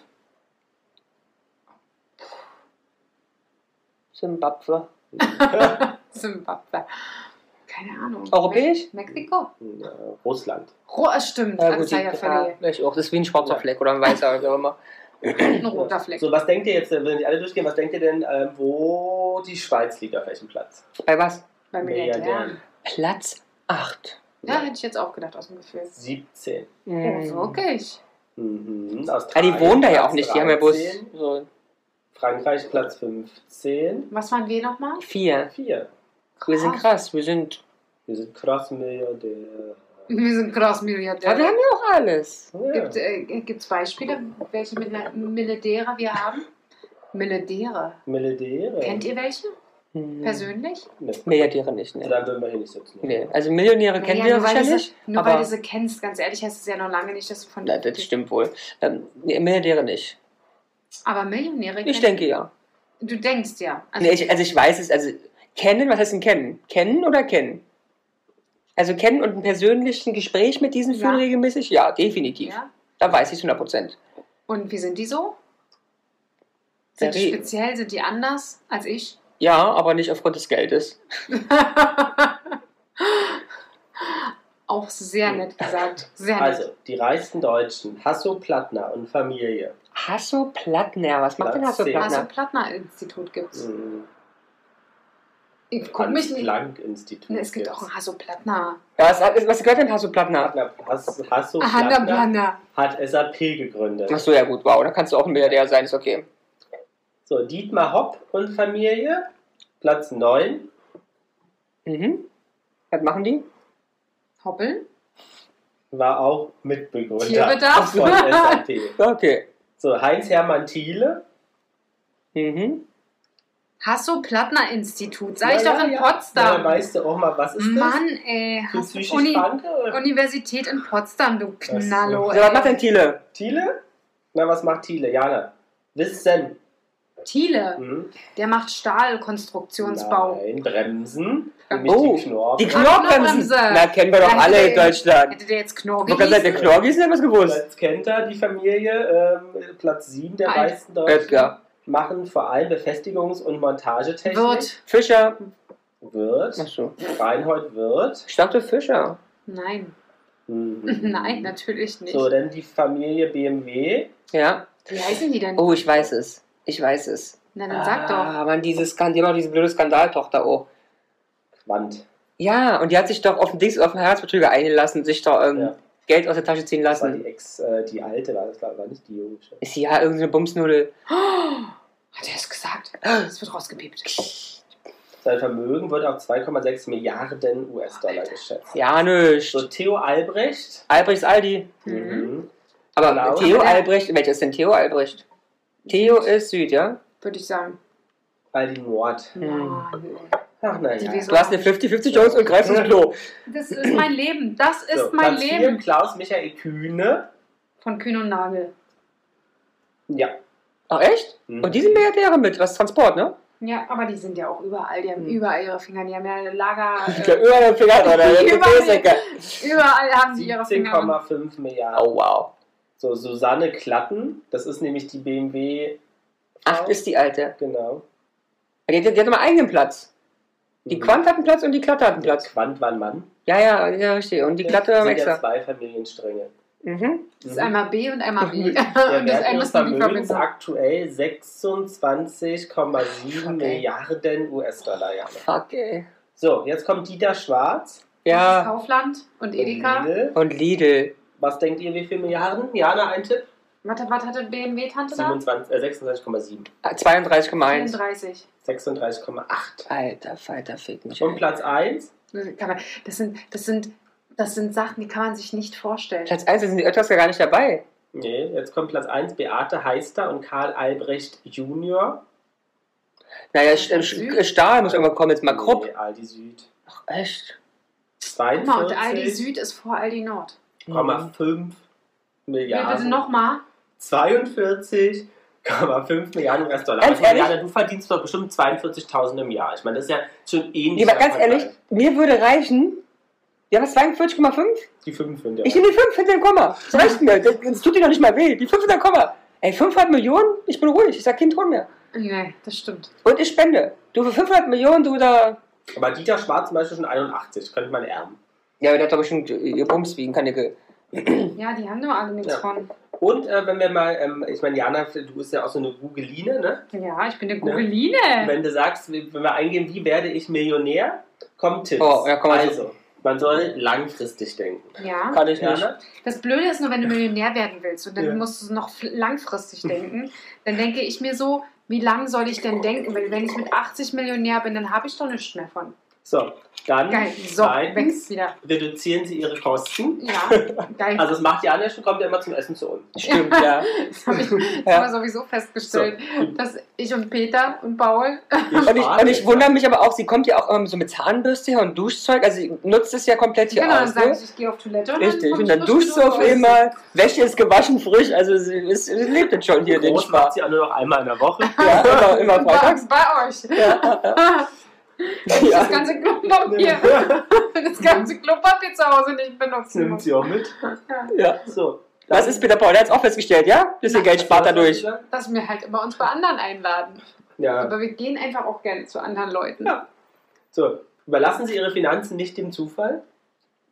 [SPEAKER 1] Zimbabwe.
[SPEAKER 4] Zimbabwe. Keine Ahnung.
[SPEAKER 1] Europäisch?
[SPEAKER 4] Me- Mexiko.
[SPEAKER 2] Russland.
[SPEAKER 4] Ro äh, stimmt.
[SPEAKER 1] Ja,
[SPEAKER 4] alles
[SPEAKER 1] gut,
[SPEAKER 4] sei
[SPEAKER 1] die,
[SPEAKER 4] ja
[SPEAKER 1] ja,
[SPEAKER 4] verliehen.
[SPEAKER 1] ich auch. Das ist wie ein schwarzer Fleck oder ein weißer, wie auch immer.
[SPEAKER 4] Ein roter Fleck.
[SPEAKER 2] So, was denkt ihr jetzt, äh, wenn wir nicht alle durchgehen, was denkt ihr denn, äh, wo die Schweiz liegt, auf welchem Platz?
[SPEAKER 1] [LAUGHS] Bei was?
[SPEAKER 4] Bei Milliardären.
[SPEAKER 1] Platz 8.
[SPEAKER 4] Ja, hätte ich jetzt auch gedacht aus dem Gefühl.
[SPEAKER 2] 17.
[SPEAKER 4] Oh, wirklich?
[SPEAKER 2] Mhm.
[SPEAKER 1] Ja,
[SPEAKER 2] Australien,
[SPEAKER 1] Hm. Ah, die wohnen da ja
[SPEAKER 2] Platz
[SPEAKER 1] auch nicht. Die haben ja bloß
[SPEAKER 2] 13.
[SPEAKER 1] so
[SPEAKER 2] Frankreich Platz 15.
[SPEAKER 4] Was waren wir nochmal?
[SPEAKER 1] vier.
[SPEAKER 2] 4.
[SPEAKER 4] Ah.
[SPEAKER 1] Wir sind krass. Wir sind
[SPEAKER 2] Wir sind krass Milliardäre.
[SPEAKER 4] Wir sind
[SPEAKER 1] Aber wir
[SPEAKER 4] Großmilliardäre.
[SPEAKER 1] haben ja auch alles.
[SPEAKER 4] Gibt es Beispiele, welche Mil- Milliardäre wir haben? Milliardäre.
[SPEAKER 2] Milliardäre?
[SPEAKER 4] Kennt ihr welche?
[SPEAKER 1] Hm.
[SPEAKER 4] Persönlich?
[SPEAKER 2] Nee.
[SPEAKER 1] Milliardäre nicht, ne?
[SPEAKER 2] Da würden wir hier nicht sitzen.
[SPEAKER 1] Nee. Also Millionäre kennen
[SPEAKER 4] Naja,
[SPEAKER 1] wir sicherlich.
[SPEAKER 4] Weil du sie, nur
[SPEAKER 1] aber
[SPEAKER 4] weil du sie kennst, ganz ehrlich, heißt es ja noch lange nicht, dass du von
[SPEAKER 1] Na, das stimmt wohl. Ähm, nee, Milliardäre nicht.
[SPEAKER 4] Aber Millionäre
[SPEAKER 1] Ich
[SPEAKER 4] kennen-
[SPEAKER 1] denke ja.
[SPEAKER 4] Du denkst ja. Also,
[SPEAKER 1] Nee, ich, also ich weiß es, also kennen, was heißt denn kennen? Kennen oder kennen? Also kennen und ein persönlichen Gespräch mit diesen führen
[SPEAKER 4] Ja.
[SPEAKER 1] regelmäßig? Ja, definitiv.
[SPEAKER 4] ja.
[SPEAKER 1] Da weiß ich es 100 Prozent.
[SPEAKER 4] Und wie sind die so? Sind
[SPEAKER 1] Ja,
[SPEAKER 4] die
[SPEAKER 1] die-
[SPEAKER 4] speziell? Sind die anders als ich?
[SPEAKER 1] Ja, aber nicht aufgrund des Geldes.
[SPEAKER 4] Auch sehr nett gesagt. Sehr nett.
[SPEAKER 2] Hm. Also, die reichsten Deutschen, Hasso Plattner und Familie.
[SPEAKER 1] Hasso Plattner, was macht denn
[SPEAKER 2] Platz
[SPEAKER 1] Hasso
[SPEAKER 2] zehn.
[SPEAKER 1] Plattner?
[SPEAKER 4] also Plattner-Institut gibt es.
[SPEAKER 2] Mhm.
[SPEAKER 4] Ich guck mich nicht.
[SPEAKER 2] Planck-Institut.
[SPEAKER 4] Ne, Es gibt auch ein Hasso Plattner. Ah,
[SPEAKER 1] Ja, was, was gehört denn Hasso Plattner?
[SPEAKER 2] Plattner. Hass- Hasso
[SPEAKER 4] Hanna
[SPEAKER 2] Plattner
[SPEAKER 4] Plattner.
[SPEAKER 2] hat SAP gegründet.
[SPEAKER 1] Achso, ja gut, wow, da kannst du auch ein Milliardär sein, ist okay.
[SPEAKER 2] So, Dietmar Hopp und Familie, Platz 9.
[SPEAKER 1] Mhm. Was machen die?
[SPEAKER 4] Hoppeln?
[SPEAKER 2] war auch Mitbegründer
[SPEAKER 4] Tierbedarf?
[SPEAKER 2] von SAP.
[SPEAKER 1] Ja, Okay.
[SPEAKER 2] So, Heinz-Hermann Thiele.
[SPEAKER 1] Mhm.
[SPEAKER 4] Hasso Plattner Institut. Sag ich
[SPEAKER 2] Ja,
[SPEAKER 4] doch
[SPEAKER 2] ja,
[SPEAKER 4] in
[SPEAKER 2] ja.
[SPEAKER 4] Potsdam.
[SPEAKER 2] Na, weißt du auch mal, was ist
[SPEAKER 4] Mann, ey.
[SPEAKER 2] das? Für
[SPEAKER 4] Hasso
[SPEAKER 2] psychisch
[SPEAKER 4] Uni
[SPEAKER 2] Kranke? oder?
[SPEAKER 4] Universität in Potsdam, du Knallo.
[SPEAKER 2] so.
[SPEAKER 1] So, was macht denn
[SPEAKER 4] Ey.
[SPEAKER 1] Thiele?
[SPEAKER 2] Thiele? Na, was macht Thiele? Jana. Wissen.
[SPEAKER 4] Thiele,
[SPEAKER 2] Hm?
[SPEAKER 4] der macht Stahlkonstruktionsbau.
[SPEAKER 2] Nein, Bremsen.
[SPEAKER 4] Oh,
[SPEAKER 2] Nämlich oh, die Knorpel.
[SPEAKER 1] Die Knorrbremsen.
[SPEAKER 4] Knorrbremse.
[SPEAKER 1] Na, kennen wir doch
[SPEAKER 4] Ja,
[SPEAKER 1] alle in
[SPEAKER 4] nee.
[SPEAKER 1] Deutschland.
[SPEAKER 4] Hätte der jetzt Knorr
[SPEAKER 1] Ich wollte gerade sagen,
[SPEAKER 4] gelesen?
[SPEAKER 1] der Knorgis hat was gewusst.
[SPEAKER 2] Platz kennt er, die Familie, ähm, Platz 7 der
[SPEAKER 4] Alt.
[SPEAKER 2] meisten Deutschen.
[SPEAKER 1] Oetker.
[SPEAKER 2] Machen vor allem Befestigungs- und Montagetechnik.
[SPEAKER 4] Wird.
[SPEAKER 1] Fischer.
[SPEAKER 2] Wird.
[SPEAKER 1] Achso.
[SPEAKER 2] Reinhold Wirth.
[SPEAKER 1] Ich dachte Fischer.
[SPEAKER 4] Nein.
[SPEAKER 2] Mhm.
[SPEAKER 4] [LAUGHS] Nein, natürlich nicht.
[SPEAKER 2] So, dann die Familie BMW.
[SPEAKER 1] Ja.
[SPEAKER 4] Wie heißen die denn?
[SPEAKER 1] Oh, ich weiß es. Ich weiß es.
[SPEAKER 4] Na, dann sag doch.
[SPEAKER 1] Ah, Mann, diese Skand die haben auch diese blöde Skandaltochter. Oh.
[SPEAKER 2] Quant.
[SPEAKER 1] Ja, und die hat sich doch auf den Dings, auf den Heiratsbetrüger eingelassen, sich doch ähm,
[SPEAKER 2] Ja.
[SPEAKER 1] Geld aus der Tasche ziehen
[SPEAKER 2] Das war
[SPEAKER 1] lassen.
[SPEAKER 2] die Ex, äh, die alte war das, glaube ich, war nicht die junge.
[SPEAKER 1] Ist sie ja irgendeine Bumsnudel.
[SPEAKER 4] Hat er es gesagt? Es wird rausgepiept.
[SPEAKER 2] Sein Vermögen wird auf 2,6 Milliarden US-Dollar
[SPEAKER 4] Alter.
[SPEAKER 2] geschätzt.
[SPEAKER 1] Ja, nicht.
[SPEAKER 2] So, Theo Albrecht.
[SPEAKER 1] Albrechts Aldi.
[SPEAKER 4] Mhm.
[SPEAKER 2] Mhm.
[SPEAKER 1] Aber
[SPEAKER 2] Genau.
[SPEAKER 1] Theo
[SPEAKER 4] Aber der-
[SPEAKER 1] Albrecht, welcher ist denn Theo Albrecht? Theo ist Süd, ja?
[SPEAKER 4] Würde ich sagen.
[SPEAKER 2] Aldi Nord.
[SPEAKER 4] Mann, ey.
[SPEAKER 2] Ach
[SPEAKER 4] Die
[SPEAKER 2] naja.
[SPEAKER 4] Wesen-
[SPEAKER 1] Du hast eine 50-50 Chance und greifst ins Klo.
[SPEAKER 4] Das ist mein Leben. Das ist
[SPEAKER 2] So,
[SPEAKER 4] mein
[SPEAKER 2] Platz
[SPEAKER 4] Leben.
[SPEAKER 2] vier, Klaus Michael Kühne.
[SPEAKER 4] Von Kühn und Nagel.
[SPEAKER 2] Ja.
[SPEAKER 1] Ach echt?
[SPEAKER 2] Mhm.
[SPEAKER 1] Und Oh, die sind Milliardäre mit, was Transport, ne?
[SPEAKER 4] Ja, aber die sind ja auch überall. Die haben
[SPEAKER 1] Mhm.
[SPEAKER 4] überall ihre Finger. Die haben ja Lager.
[SPEAKER 1] Ich glaub,
[SPEAKER 4] Äh,
[SPEAKER 1] über den Finger [LAUGHS] oder der
[SPEAKER 4] Über-
[SPEAKER 1] Gefäßdecke.
[SPEAKER 4] überall haben
[SPEAKER 2] Mhm.
[SPEAKER 4] sie ihre
[SPEAKER 1] ne?
[SPEAKER 4] Finger.
[SPEAKER 2] 17,5 Milliarden.
[SPEAKER 1] Oh wow.
[SPEAKER 2] So, Susanne Klatten. Das ist nämlich die BMW.
[SPEAKER 1] Ach, ist die alte.
[SPEAKER 2] Genau.
[SPEAKER 1] Die, die, die hat immer einen eigenen Platz. Die
[SPEAKER 2] Mhm.
[SPEAKER 1] Quant hat einen Platz und die Klatte hat einen Platz.
[SPEAKER 2] Quant war ein Mann.
[SPEAKER 1] Ja, ja, ja, richtig. Und die Klatte
[SPEAKER 2] Das
[SPEAKER 1] haben
[SPEAKER 2] sind ja
[SPEAKER 1] extra.
[SPEAKER 2] zwei Familienstränge.
[SPEAKER 1] Mhm.
[SPEAKER 4] Das
[SPEAKER 2] [LAUGHS]
[SPEAKER 4] ist einmal B und einmal B.
[SPEAKER 1] [LAUGHS]
[SPEAKER 2] Der Wert
[SPEAKER 4] [LAUGHS] und das eine
[SPEAKER 2] ihres
[SPEAKER 4] müssen die
[SPEAKER 2] Vermögens
[SPEAKER 4] verbinden.
[SPEAKER 2] aktuell 26,7
[SPEAKER 1] Okay.
[SPEAKER 2] Milliarden US-Dollar. Ja.
[SPEAKER 1] Fuck, ey.
[SPEAKER 2] So, jetzt kommt Dieter Schwarz.
[SPEAKER 1] Ja,
[SPEAKER 4] Kaufland
[SPEAKER 2] Äh,
[SPEAKER 4] und Edeka.
[SPEAKER 2] Lidl.
[SPEAKER 1] und Lidl.
[SPEAKER 2] Was denkt ihr, wie viel Milliarden? Jana, ein Tipp?
[SPEAKER 4] Warte, was hatte BMW-Tante da?
[SPEAKER 2] 27, äh, 26,7.
[SPEAKER 1] Ah, 32,1.
[SPEAKER 4] 34.
[SPEAKER 2] 36,8.
[SPEAKER 1] Alter, Falter, fick mich.
[SPEAKER 2] Und
[SPEAKER 1] ey.
[SPEAKER 2] Platz 1?
[SPEAKER 4] Kann man- Das sind, das, sind, das sind Sachen, die kann man sich nicht vorstellen.
[SPEAKER 1] Platz 1 sind die Oetters ja gar nicht dabei.
[SPEAKER 2] Nee, jetzt kommt Platz 1 Beate Heister und Karl Albrecht Junior.
[SPEAKER 1] Naja, Sch- äh, Sch- Stahl muss irgendwann kommen, jetzt mal Krupp.
[SPEAKER 2] Nee, Aldi Süd.
[SPEAKER 1] Ach, echt?
[SPEAKER 4] Guck mal, und Aldi
[SPEAKER 2] 42,5
[SPEAKER 4] Süd ist vor Aldi Nord.
[SPEAKER 1] Mhm.
[SPEAKER 4] Ja, bitte
[SPEAKER 2] Milliarden.
[SPEAKER 4] nochmal.
[SPEAKER 2] 42,5 Milliarden US-Dollar.
[SPEAKER 1] Ganz
[SPEAKER 2] Aber
[SPEAKER 1] ehrlich?
[SPEAKER 2] Jana, du verdienst doch bestimmt 42.000 im Jahr. Ich meine, das ist ja schon ähnlich.
[SPEAKER 1] Nee, aber ganz ehrlich, mir würde reichen. Ja, was, 42,5?
[SPEAKER 2] Die 5 sind ja.
[SPEAKER 1] Ich nehme die 5 hinter dem Komma. Das reicht mir. Das, das tut dir doch nicht mal weh. Die 5 hinter dem Komma. Ey, 500 Millionen? Ich bin ruhig. Ich sag keinen Ton mehr.
[SPEAKER 4] Nee, das stimmt.
[SPEAKER 1] Und ich spende. Du für 500 Millionen, du da.
[SPEAKER 2] Aber Dieter Schwarz zum Beispiel schon 81, könnte man erben.
[SPEAKER 1] Ja, aber der hat doch bestimmt äh, ihr Bums wiegen, keine Ge. Hm.
[SPEAKER 4] Ja, die haben nur alle nichts
[SPEAKER 2] Ja.
[SPEAKER 4] von.
[SPEAKER 2] Und äh, wenn wir mal, ähm, ich meine, Jana, du bist ja auch so eine Googline, ne?
[SPEAKER 4] Ja, ich bin eine
[SPEAKER 2] Und
[SPEAKER 4] Gugeline.
[SPEAKER 2] Wenn du sagst, wenn wir eingeben, wie werde ich Millionär, kommen Tipps.
[SPEAKER 1] Oh, ja, komm, also-
[SPEAKER 2] also, man soll langfristig denken. ne?
[SPEAKER 4] Ja.
[SPEAKER 1] Kann ich nicht.
[SPEAKER 2] Jana?
[SPEAKER 4] Das Blöde ist nur, wenn du Millionär werden willst und dann
[SPEAKER 2] Ja.
[SPEAKER 4] musst du noch fl- langfristig denken, dann denke ich mir so, wie lang soll ich denn denken? Weil wenn ich mit 80 Millionär bin, dann habe ich doch nichts mehr von.
[SPEAKER 2] So, dann
[SPEAKER 4] Geil. So,
[SPEAKER 2] zweitens
[SPEAKER 4] wächst wieder.
[SPEAKER 2] reduzieren Sie Ihre
[SPEAKER 1] [LAUGHS]
[SPEAKER 2] Kosten.
[SPEAKER 4] Ja, geil.
[SPEAKER 2] Also das macht die Anja schon, kommt ja immer zum Essen zu uns.
[SPEAKER 1] [LAUGHS] Stimmt,
[SPEAKER 4] [LAUGHS]
[SPEAKER 1] ja.
[SPEAKER 4] das habe ich das
[SPEAKER 1] Ja.
[SPEAKER 4] haben wir sowieso festgestellt, dass ich und Peter und Paul.
[SPEAKER 1] [LAUGHS] Und ich, und ich wundere mich aber auch, sie kommt ja auch immer so mit Zahnbürste her und Duschzeug, also sie nutzt es ja komplett hier
[SPEAKER 4] genau, dann
[SPEAKER 1] aus.
[SPEAKER 4] sage
[SPEAKER 1] Ne?
[SPEAKER 4] ich, ich gehe auf Toilette. Und
[SPEAKER 1] Richtig,
[SPEAKER 4] komm
[SPEAKER 1] und
[SPEAKER 4] ich
[SPEAKER 1] dann
[SPEAKER 4] frisch
[SPEAKER 1] duscht sie
[SPEAKER 4] wieder
[SPEAKER 1] auf
[SPEAKER 4] raus.
[SPEAKER 1] einmal, Wäsche ist gewaschen frisch, also sie, ist, sie lebt jetzt schon hier den
[SPEAKER 2] Groß macht
[SPEAKER 1] Spaß.
[SPEAKER 2] sie auch nur noch einmal in der Woche.
[SPEAKER 1] [LAUGHS] Ja, immer, immer
[SPEAKER 4] Und
[SPEAKER 1] freitags.
[SPEAKER 4] bei, bei euch.
[SPEAKER 1] Ja,
[SPEAKER 4] Das
[SPEAKER 1] ja.
[SPEAKER 4] ganze Klopapier. [LAUGHS] Das ganze
[SPEAKER 1] Mhm.
[SPEAKER 4] Klopapier zu Hause nicht
[SPEAKER 2] Das [LAUGHS]
[SPEAKER 4] benutzen
[SPEAKER 2] nimmt
[SPEAKER 4] muss.
[SPEAKER 2] sie auch mit.
[SPEAKER 1] ja.
[SPEAKER 2] So. dann-
[SPEAKER 1] Das ist Peter Paul, der hat es auch festgestellt, ja? Bisschen Geld spart dadurch.
[SPEAKER 4] Dass wir halt immer uns bei anderen einladen.
[SPEAKER 2] Ja.
[SPEAKER 4] Aber wir gehen einfach auch gerne zu anderen Leuten.
[SPEAKER 2] Ja. So. Überlassen Sie Ihre Finanzen nicht dem Zufall.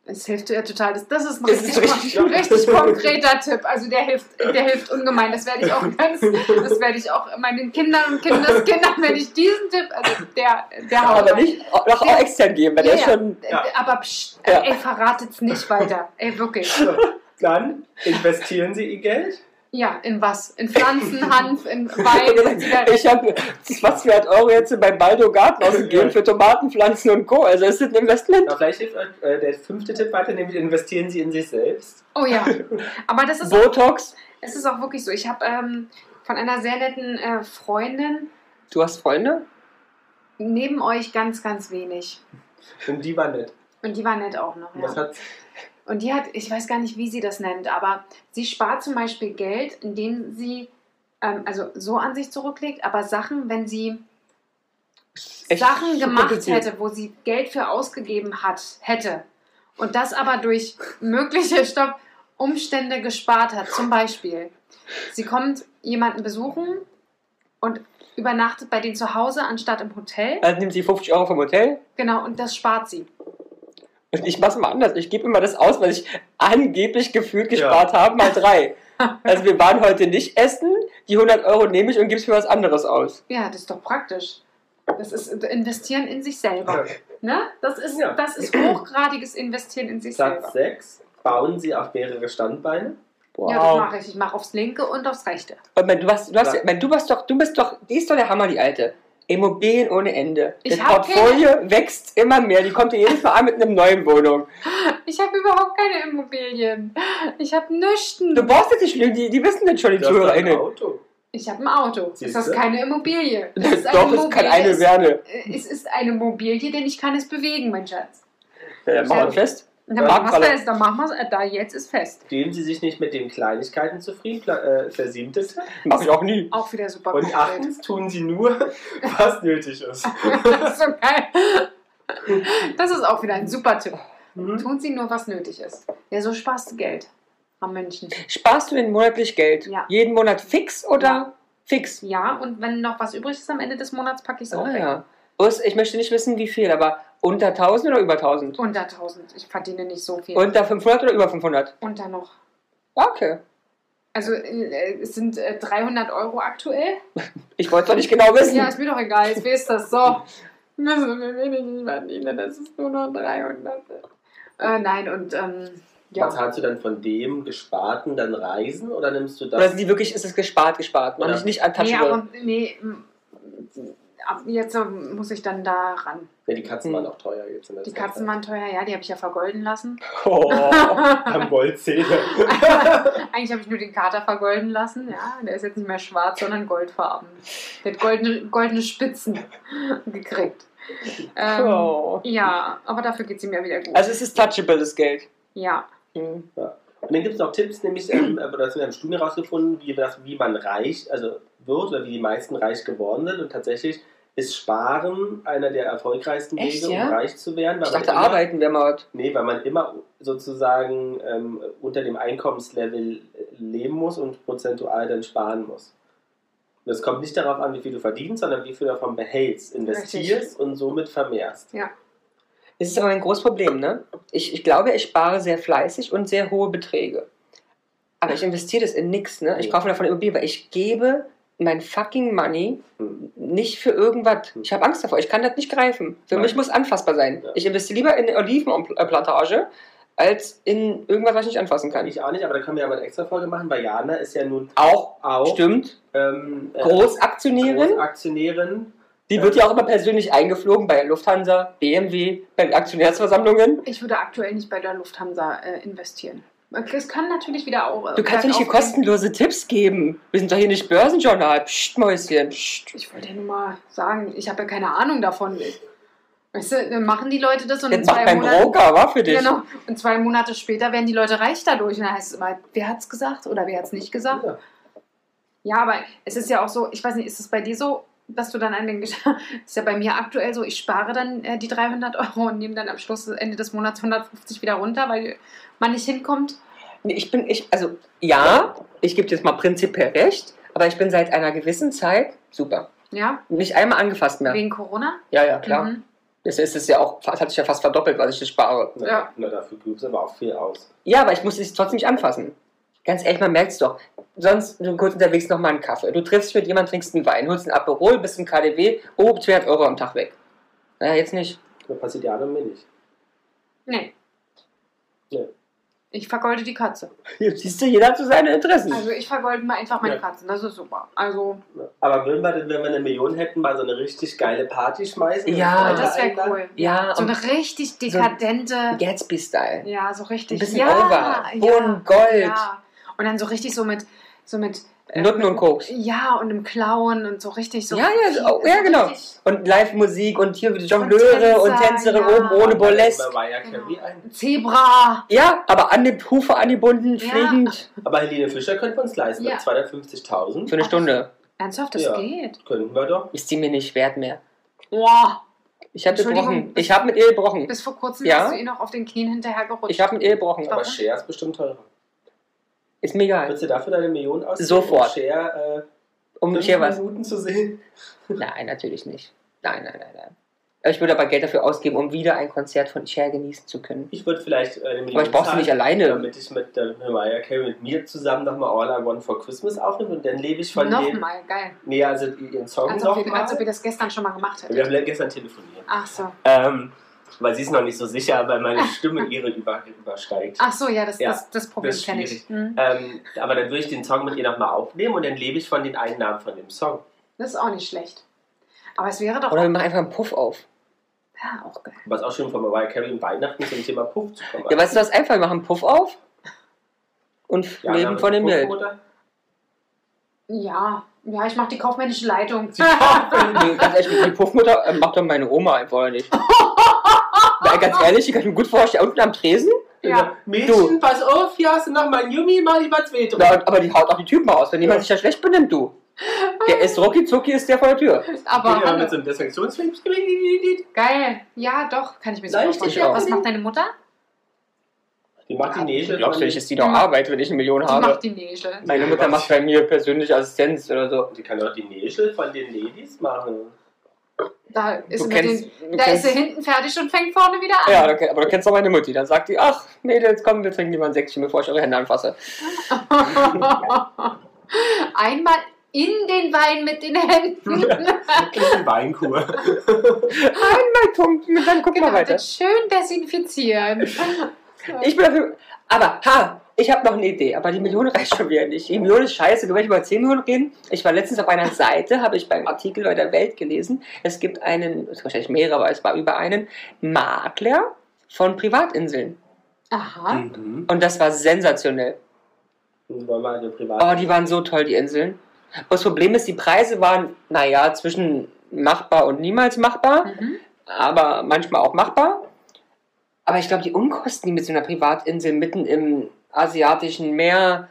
[SPEAKER 4] Es hilft ja total. Das, das ist ein
[SPEAKER 1] Das ist
[SPEAKER 4] richtig,
[SPEAKER 1] richtig-
[SPEAKER 4] [LAUGHS] kon- richtig konkreter Tipp. Also der hilft, der hilft ungemein. Das werde ich
[SPEAKER 1] [LAUGHS]
[SPEAKER 4] auch ganz, das werde ich auch meinen Kindern und Kindeskindern, wenn ich diesen Tipp, also der, der haut
[SPEAKER 1] Aber
[SPEAKER 4] rein.
[SPEAKER 1] nicht noch auch extern geben, weil der ist
[SPEAKER 4] Ja, ja.
[SPEAKER 1] schon.
[SPEAKER 4] Äh,
[SPEAKER 2] Ja.
[SPEAKER 4] Aber psch,
[SPEAKER 1] Ja.
[SPEAKER 4] ey, verratet's nicht weiter. Ey, wirklich.
[SPEAKER 2] So. Dann investieren Sie Ihr Geld.
[SPEAKER 4] Ja, in was? In Pflanzen, Hanf,
[SPEAKER 1] [LAUGHS]
[SPEAKER 4] in Wein.
[SPEAKER 1] Ich habe fast 400 Euro jetzt beim Baldo Garten ausgegeben für Tomaten, Pflanzen und Co. Also ist das ein Investment?
[SPEAKER 2] Na, vielleicht hilft euch äh, der fünfte Tipp weiter, nämlich investieren Sie in sich selbst.
[SPEAKER 4] Oh ja. Aber das ist
[SPEAKER 1] Botox?
[SPEAKER 4] Es ist auch wirklich so. Ich habe ähm, von einer sehr netten äh, Freundin
[SPEAKER 1] Du hast Freunde?
[SPEAKER 4] neben euch ganz, ganz wenig.
[SPEAKER 2] Und die war nett.
[SPEAKER 4] Und die war nett auch noch.
[SPEAKER 2] Und Was
[SPEAKER 4] Ja.
[SPEAKER 2] hat
[SPEAKER 4] Und die hat, ich weiß gar nicht, wie sie das nennt, aber sie spart zum Beispiel Geld, indem sie ähm, also so an sich zurücklegt, aber Sachen, wenn sie
[SPEAKER 1] Echt
[SPEAKER 4] Sachen
[SPEAKER 1] so
[SPEAKER 4] gemacht
[SPEAKER 1] kompliziert.
[SPEAKER 4] hätte, wo sie Geld für ausgegeben hat, hätte und das aber durch mögliche Stopp Umstände gespart hat. Zum Beispiel, sie kommt jemanden besuchen und übernachtet bei denen zu Hause anstatt im Hotel.
[SPEAKER 1] Dann nimmt sie 50 Euro vom Hotel.
[SPEAKER 4] Genau, und das spart sie.
[SPEAKER 1] Und ich mach's mal anders. Ich gebe immer das aus, was ich angeblich gefühlt gespart habe, mal
[SPEAKER 4] [LAUGHS]
[SPEAKER 1] drei. Also wir waren heute nicht essen, die 100 Euro nehme ich und gebe es für was anderes aus.
[SPEAKER 4] Ja, das ist doch praktisch. Das ist investieren in sich selber.
[SPEAKER 2] Okay.
[SPEAKER 4] Ne? Das, ist,
[SPEAKER 2] Ja.
[SPEAKER 4] das ist hochgradiges Investieren in sich
[SPEAKER 2] Satz
[SPEAKER 4] selber.
[SPEAKER 2] 6. Bauen Sie auf mehrere Standbeine.
[SPEAKER 1] Wow.
[SPEAKER 4] Ja, das mache ich. Ich mache aufs linke und aufs rechte.
[SPEAKER 1] und mein, du, hast, du, hast,
[SPEAKER 2] Ja.
[SPEAKER 1] mein, du warst doch, du bist doch, die ist doch der Hammer, die alte. Immobilien ohne Ende.
[SPEAKER 4] Ich
[SPEAKER 1] das
[SPEAKER 4] hab
[SPEAKER 1] Portfolio wächst immer mehr. Die kommt dir jedes Mal an mit einer neuen Wohnung.
[SPEAKER 4] Ich habe überhaupt keine Immobilien. Ich habe nichts.
[SPEAKER 1] Du brauchst jetzt nicht lügen, die, die wissen das schon, die
[SPEAKER 2] Du hast doch ein
[SPEAKER 1] ZuhörerInnen.
[SPEAKER 2] Auto.
[SPEAKER 4] Ich habe ein Auto.
[SPEAKER 2] Siehste?
[SPEAKER 4] Ist das
[SPEAKER 1] [LAUGHS]
[SPEAKER 4] keine Immobilie? Das ist
[SPEAKER 1] Doch, es kann eine werden.
[SPEAKER 4] Es, es ist eine Mobilie, denn ich kann es bewegen, mein Schatz.
[SPEAKER 1] Ja, dann machen wir fest.
[SPEAKER 4] Da
[SPEAKER 1] Ja,
[SPEAKER 4] machen wir
[SPEAKER 1] alle.
[SPEAKER 4] es fest. Da machen wir es. Da jetzt ist fest.
[SPEAKER 2] Geben Sie sich nicht mit den Kleinigkeiten zufrieden. Kle- Äh, ist der siebte Tipp.
[SPEAKER 1] Mach ich auch nie.
[SPEAKER 4] Auch wieder super
[SPEAKER 2] Und
[SPEAKER 4] konkret.
[SPEAKER 2] achtens tun Sie nur, [LAUGHS] was nötig ist.
[SPEAKER 4] [LAUGHS] Das ist so geil. Das ist auch wieder ein super Tipp.
[SPEAKER 2] Mhm.
[SPEAKER 4] Tun Sie nur, was nötig ist. Ja, so sparst du Geld am Menschen.
[SPEAKER 1] Sparst du denn monatlich Geld?
[SPEAKER 4] Ja.
[SPEAKER 1] Jeden Monat fix oder
[SPEAKER 4] Ja.
[SPEAKER 1] fix?
[SPEAKER 4] Ja, und wenn noch was übrig ist am Ende des Monats, packe ich es auch
[SPEAKER 1] Ah,
[SPEAKER 4] weg.
[SPEAKER 1] ja. Bloß, Ich möchte nicht wissen, wie viel, aber unter 1000 oder über 1000?
[SPEAKER 4] Unter 1000. Ich verdiene nicht so viel.
[SPEAKER 1] Unter 500 oder über 500?
[SPEAKER 4] Unter noch.
[SPEAKER 1] Ja, Okay.
[SPEAKER 4] Also äh, es sind äh, 300 Euro aktuell.
[SPEAKER 1] Ich wollte es doch nicht genau wissen.
[SPEAKER 4] Ja, ist mir doch egal, jetzt weiß das so. Müssen wir wenig nicht verdienen, das ist nur noch 300. Äh, nein, und ähm,
[SPEAKER 2] Was
[SPEAKER 4] ja.
[SPEAKER 2] hast du dann von dem Gesparten dann Reisen oder nimmst du
[SPEAKER 1] oder sind
[SPEAKER 2] das?
[SPEAKER 1] die wirklich, ist es gespart, gespart? Noch
[SPEAKER 2] Ja.
[SPEAKER 1] nicht, nicht an
[SPEAKER 4] Nee,
[SPEAKER 1] Taschengeld.
[SPEAKER 4] aber nee, m- ab jetzt ähm, muss ich dann da ran.
[SPEAKER 2] Ja, die Katzen waren auch teuer jetzt in der
[SPEAKER 4] Die
[SPEAKER 2] Zeit.
[SPEAKER 4] Katzen waren teuer, ja, die habe ich ja
[SPEAKER 1] [LAUGHS]
[SPEAKER 4] vergolden lassen.
[SPEAKER 1] oh.
[SPEAKER 4] [LAUGHS]
[SPEAKER 2] Am Goldzähne.
[SPEAKER 4] Eigentlich habe ich nur den Kater vergolden lassen, ja. Der ist jetzt nicht mehr schwarz, sondern goldfarben. Der hat goldene, goldene Spitzen gekriegt. Ähm,
[SPEAKER 1] Oh.
[SPEAKER 4] Ja, aber dafür geht es ihm ja wieder gut.
[SPEAKER 1] Also es ist touchable, das Geld.
[SPEAKER 4] ja.
[SPEAKER 1] Mhm.
[SPEAKER 2] Und dann gibt es noch Tipps, nämlich, ähm, aber das haben wir im Studien rausgefunden, wie, das, wie man reich also wird oder wie die meisten reich geworden sind. Und tatsächlich ist Sparen einer der erfolgreichsten
[SPEAKER 1] Echt,
[SPEAKER 2] Wege,
[SPEAKER 1] ja?
[SPEAKER 2] um reich zu werden. weil
[SPEAKER 1] Ich
[SPEAKER 2] man
[SPEAKER 1] dachte,
[SPEAKER 2] immer-
[SPEAKER 1] arbeiten wäre mal was.
[SPEAKER 2] Nee, weil man immer sozusagen ähm, unter dem Einkommenslevel äh, leben muss und prozentual dann sparen muss. Und es kommt nicht darauf an, wie viel du verdienst, sondern wie viel du davon behältst, investierst und somit vermehrst.
[SPEAKER 1] Das ist aber ein großes Problem, ne? Ich, ich glaube, ich spare sehr fleißig und sehr hohe Beträge. Aber ich investiere das in nichts, ne? Ich kaufe davon Immobilien, weil ich gebe mein fucking Money
[SPEAKER 2] Hm.
[SPEAKER 1] nicht für irgendwas.
[SPEAKER 2] Hm.
[SPEAKER 1] Ich habe Angst davor, ich kann das nicht greifen. Für
[SPEAKER 2] Nein.
[SPEAKER 1] mich muss anfassbar sein.
[SPEAKER 2] Ja.
[SPEAKER 1] Ich investiere lieber in eine Olivenplantage, als in irgendwas, was ich nicht anfassen kann.
[SPEAKER 2] Ich auch nicht, aber da können wir ja mal eine extra Folge machen, weil Jana ist ja nun
[SPEAKER 1] auch,
[SPEAKER 2] auch
[SPEAKER 1] stimmt,
[SPEAKER 2] ähm, äh,
[SPEAKER 1] Großaktionärin.
[SPEAKER 2] Großaktionärin
[SPEAKER 1] Die wird ja auch immer persönlich eingeflogen bei Lufthansa, BMW, bei den Aktionärsversammlungen.
[SPEAKER 4] Ich würde aktuell nicht bei der Lufthansa äh, investieren. Es kann natürlich wieder auch. äh,
[SPEAKER 1] Du kannst doch nicht hier
[SPEAKER 4] bergauf gehen.
[SPEAKER 1] kostenlose Tipps geben. Wir sind doch hier nicht Börsenjournal. Psst, Mäuschen. Psst.
[SPEAKER 4] Ich wollte ja nur mal sagen, ich habe ja keine Ahnung davon. Weißt du, dann machen die Leute das und in
[SPEAKER 1] Jetzt mach
[SPEAKER 4] zwei
[SPEAKER 1] beim
[SPEAKER 4] Monaten.
[SPEAKER 1] Broker, war für dich.
[SPEAKER 4] Genau. Und zwei Monate später werden die Leute reich dadurch. Und dann heißt es immer, wer hat's gesagt oder wer hat's nicht gesagt?
[SPEAKER 2] Ja.
[SPEAKER 4] Ja, aber es ist ja auch so, ich weiß nicht, ist es bei dir so, dass du dann an den. [LAUGHS] ist ja bei mir aktuell so, ich spare dann äh, die 300 Euro und nehme dann am Schluss Ende des Monats 150 wieder runter, weil man nicht hinkommt.
[SPEAKER 1] Nee, Ich bin, ich, also ja, ich gebe dir jetzt mal prinzipiell recht, aber ich bin seit einer gewissen Zeit super.
[SPEAKER 4] Ja,
[SPEAKER 1] Nicht einmal angefasst mehr.
[SPEAKER 4] wegen Corona.
[SPEAKER 1] Ja, ja, klar.
[SPEAKER 4] Mhm.
[SPEAKER 1] Das ist es ja auch, das hat sich ja fast verdoppelt, was ich jetzt spare.
[SPEAKER 2] Na,
[SPEAKER 4] Ja.
[SPEAKER 2] na, dafür gibt es aber auch viel aus.
[SPEAKER 1] Ja, aber ich muss es trotzdem nicht anfassen. Ganz ehrlich, man merkt es doch. Sonst du kurz unterwegs nochmal einen Kaffee. Du triffst dich mit jemandem, trinkst einen Wein, holst einen Aperol, bist im KDW, oh, 200 Euro am Tag weg. Naja, jetzt nicht. [LAUGHS]
[SPEAKER 2] Da passiert ja an mir nicht.
[SPEAKER 4] Nee.
[SPEAKER 2] Nee.
[SPEAKER 4] Ich vergolde die Katze.
[SPEAKER 1] Jetzt siehst du, jeder hat so seine Interessen.
[SPEAKER 4] Also ich vergolde mal einfach meine
[SPEAKER 2] Ja.
[SPEAKER 4] Katzen. Das ist super. Also
[SPEAKER 2] ne? Aber würden wir denn, wenn wir eine Million hätten, mal so eine richtig geile Party schmeißen?
[SPEAKER 1] Ja. Ah.
[SPEAKER 4] das wäre
[SPEAKER 2] Einladen?
[SPEAKER 4] cool.
[SPEAKER 1] ja,
[SPEAKER 4] So
[SPEAKER 1] und
[SPEAKER 4] eine richtig dekadente.
[SPEAKER 1] Gatsby-Style.
[SPEAKER 4] ja, so richtig.
[SPEAKER 1] Ein bisschen
[SPEAKER 4] ja,
[SPEAKER 1] over. Bohnen, Gold.
[SPEAKER 4] Ja. Und dann so richtig so mit so mit äh,
[SPEAKER 1] Nutten
[SPEAKER 4] mit-
[SPEAKER 1] und Koks.
[SPEAKER 4] Ja, und im Klauen und so richtig so.
[SPEAKER 1] Ja, ja, so-
[SPEAKER 4] viel-
[SPEAKER 1] oh, ja, genau.
[SPEAKER 4] richtig
[SPEAKER 1] Und Live-Musik und hier wieder Jongleure und
[SPEAKER 4] Und Tänzer,
[SPEAKER 1] Tänzerin
[SPEAKER 4] ja.
[SPEAKER 1] oben ohne Burlesque.
[SPEAKER 2] Bei Mariah Carey
[SPEAKER 4] Genau.
[SPEAKER 2] ein.
[SPEAKER 4] Zebra.
[SPEAKER 1] Ja, aber an den Hufe angebunden,
[SPEAKER 4] Ja.
[SPEAKER 1] fliegend.
[SPEAKER 2] Aber Helene Fischer könnten wir uns leisten.
[SPEAKER 4] Ja.
[SPEAKER 2] 250.000
[SPEAKER 1] Für eine
[SPEAKER 4] Ach.
[SPEAKER 1] Stunde.
[SPEAKER 4] Ernsthaft, das
[SPEAKER 2] Ja.
[SPEAKER 4] geht.
[SPEAKER 2] könnten wir doch.
[SPEAKER 1] Ist sie mir nicht wert mehr.
[SPEAKER 4] Wow.
[SPEAKER 1] Ich habe
[SPEAKER 4] Entschuldigung,
[SPEAKER 1] gebrochen.
[SPEAKER 4] bis-
[SPEAKER 1] Ich habe mit ihr gebrochen.
[SPEAKER 4] Bis vor kurzem
[SPEAKER 1] Ja.
[SPEAKER 4] hast du ihn noch auf den Knien hinterhergerutscht.
[SPEAKER 1] Ich habe mit ihr gebrochen.
[SPEAKER 4] Warum?
[SPEAKER 2] Aber Share ist bestimmt teurer.
[SPEAKER 1] Ist mir egal.
[SPEAKER 2] Würdest du dafür deine Million ausgeben?
[SPEAKER 1] Sofort.
[SPEAKER 2] um Share,
[SPEAKER 1] Um
[SPEAKER 2] äh,
[SPEAKER 1] mich
[SPEAKER 2] fünf
[SPEAKER 1] hier was.
[SPEAKER 2] Minuten zu sehen.
[SPEAKER 1] Nein, natürlich nicht. Nein, nein, nein, nein. Aber Ich würde aber Geld dafür ausgeben, um wieder ein Konzert von Cher genießen zu können.
[SPEAKER 2] Ich würde vielleicht äh, eine Million
[SPEAKER 1] Aber ich brauche sie
[SPEAKER 2] zahlen,
[SPEAKER 1] nicht alleine.
[SPEAKER 2] damit ich mit der Mariah Carey mit mir zusammen nochmal All I Want for Christmas aufnehme und dann lebe ich von dem.
[SPEAKER 4] Nochmal, geil.
[SPEAKER 2] Nee, also ihren Song
[SPEAKER 4] Als ob, wir,
[SPEAKER 2] nochmal.
[SPEAKER 4] als ob also wir das gestern schon mal gemacht hätten.
[SPEAKER 2] Wir haben gestern telefoniert.
[SPEAKER 4] Ach so.
[SPEAKER 2] Ähm, weil sie ist noch nicht so sicher, weil meine Stimme [LAUGHS] ihre über, übersteigt.
[SPEAKER 4] Ach so, ja, das,
[SPEAKER 2] Ja,
[SPEAKER 4] das, das Problem
[SPEAKER 2] das ist
[SPEAKER 4] kenne ich. Hm.
[SPEAKER 2] Ähm, aber dann würde ich den Song mit ihr nochmal aufnehmen und dann lebe ich von den Einnahmen von dem Song.
[SPEAKER 4] Das ist auch nicht schlecht. Aber es wäre doch
[SPEAKER 1] Oder wir machen einfach einen Puff auf.
[SPEAKER 4] ja, auch geil.
[SPEAKER 2] Was auch schön von Mariah Carey und Weihnachten zum Thema Puff zu kommen.
[SPEAKER 1] Ja, weißt du was? Einfach, wir machen einen Puff auf und
[SPEAKER 2] Ja,
[SPEAKER 1] leben
[SPEAKER 2] mit
[SPEAKER 1] von dem
[SPEAKER 2] Puff,
[SPEAKER 1] Geld.
[SPEAKER 2] Mutter?
[SPEAKER 4] Ja, ja, ich mache die kaufmännische Leitung.
[SPEAKER 2] Sie
[SPEAKER 4] [LAUGHS]
[SPEAKER 2] kaufen-
[SPEAKER 1] Nee, ganz ehrlich, die Puffmutter äh, macht doch meine Oma einfach oder nicht. Nein, ganz ehrlich, ich kann mir gut vorstellen, unten am Tresen.
[SPEAKER 4] Ja.
[SPEAKER 2] Mädchen, pass auf, hier hast du noch mal ein Yumi, mal lieber zwei drüber.
[SPEAKER 1] Na, und- aber die haut auch die Typen mal aus, wenn jemand
[SPEAKER 2] Ja.
[SPEAKER 1] sich da schlecht benimmt, du. Der ist rucki zucki, ist der vor der Tür.
[SPEAKER 4] Aber
[SPEAKER 2] Geht ja
[SPEAKER 4] hallo.
[SPEAKER 2] mit so einem Desinfektionsfilm.
[SPEAKER 4] Geil. Ja, doch, kann ich mir so
[SPEAKER 1] Leicht, ich auch.
[SPEAKER 4] vorstellen. Was macht deine Mutter?
[SPEAKER 2] Die macht die Nägel.
[SPEAKER 1] Glaubst du nicht, dass die noch
[SPEAKER 4] Mhm.
[SPEAKER 1] Arbeit, wenn ich eine Million
[SPEAKER 4] Die
[SPEAKER 1] habe?
[SPEAKER 4] macht die Nägel.
[SPEAKER 1] Meine Mutter macht bei mir persönlich Assistenz oder so.
[SPEAKER 2] Die kann doch die Nägel von den Ladies
[SPEAKER 4] [LAUGHS]
[SPEAKER 2] machen.
[SPEAKER 4] Da
[SPEAKER 1] Du
[SPEAKER 4] ist, sie mit
[SPEAKER 1] kennst,
[SPEAKER 4] den,
[SPEAKER 1] du
[SPEAKER 4] da ist
[SPEAKER 1] kennst,
[SPEAKER 4] sie hinten fertig und fängt vorne wieder an.
[SPEAKER 1] ja, du kenn- aber du kennst doch meine Mutti. Dann sagt die, ach Mädels, komm, wir trinken lieber ein Säckchen, bevor ich eure Hände anfasse.
[SPEAKER 4] [LAUGHS] Einmal in den Wein mit den Händen.
[SPEAKER 2] Eine Weinkur.
[SPEAKER 1] Einmal tunken, dann gucken wir
[SPEAKER 4] Genau,
[SPEAKER 1] weiter.
[SPEAKER 4] das schön desinfizieren.
[SPEAKER 1] Ich bin dafür. Aber, ha, ich habe noch eine Idee, aber die Million [LAUGHS] reicht schon wieder nicht. Die Million ist scheiße, wir werden über 10 Millionen reden. Ich war letztens auf einer Seite, habe ich beim Artikel bei der Welt gelesen, es gibt einen, es gibt wahrscheinlich mehrere, aber es war über einen Makler von Privatinseln.
[SPEAKER 4] Aha.
[SPEAKER 2] Mhm.
[SPEAKER 1] Und das war sensationell.
[SPEAKER 2] Und wollen wir eine private.
[SPEAKER 1] Oh, die waren so toll, die Inseln. Aber Das Problem ist, die Preise waren, naja, zwischen machbar und niemals machbar,
[SPEAKER 4] Mhm.
[SPEAKER 1] aber manchmal auch machbar. Aber ich glaube, die Unkosten, die mit so einer Privatinsel mitten im asiatischen Meer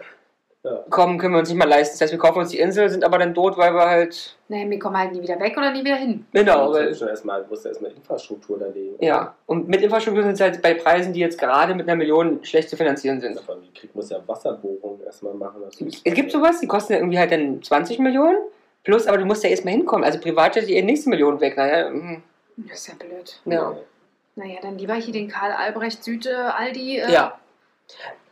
[SPEAKER 2] Ja.
[SPEAKER 1] kommen, können wir uns nicht mal leisten. Das heißt, wir kaufen uns die Insel, sind aber dann tot, weil wir halt.
[SPEAKER 4] Nee, wir kommen halt nie wieder weg oder nie wieder hin.
[SPEAKER 1] Genau,
[SPEAKER 2] Du
[SPEAKER 1] weil.
[SPEAKER 2] musst ja erstmal, musst ja erstmal Infrastruktur da legen.
[SPEAKER 1] Ja, und mit Infrastruktur sind es halt bei Preisen, die jetzt gerade mit einer Million schlecht zu finanzieren sind.
[SPEAKER 2] Davon die kriegt muss ja Wasserbohrungen erstmal machen. Das ist-
[SPEAKER 1] Es gibt sowas, die kosten ja irgendwie halt dann 20 Millionen. Plus, aber du musst ja erstmal hinkommen. Also Privatjet die nächste Million weg. Naja, mm,
[SPEAKER 4] Das ist ja blöd.
[SPEAKER 1] ja.
[SPEAKER 4] Naja, dann lieber hier den Karl Albrecht Süd äh, Aldi. Äh.
[SPEAKER 1] Ja.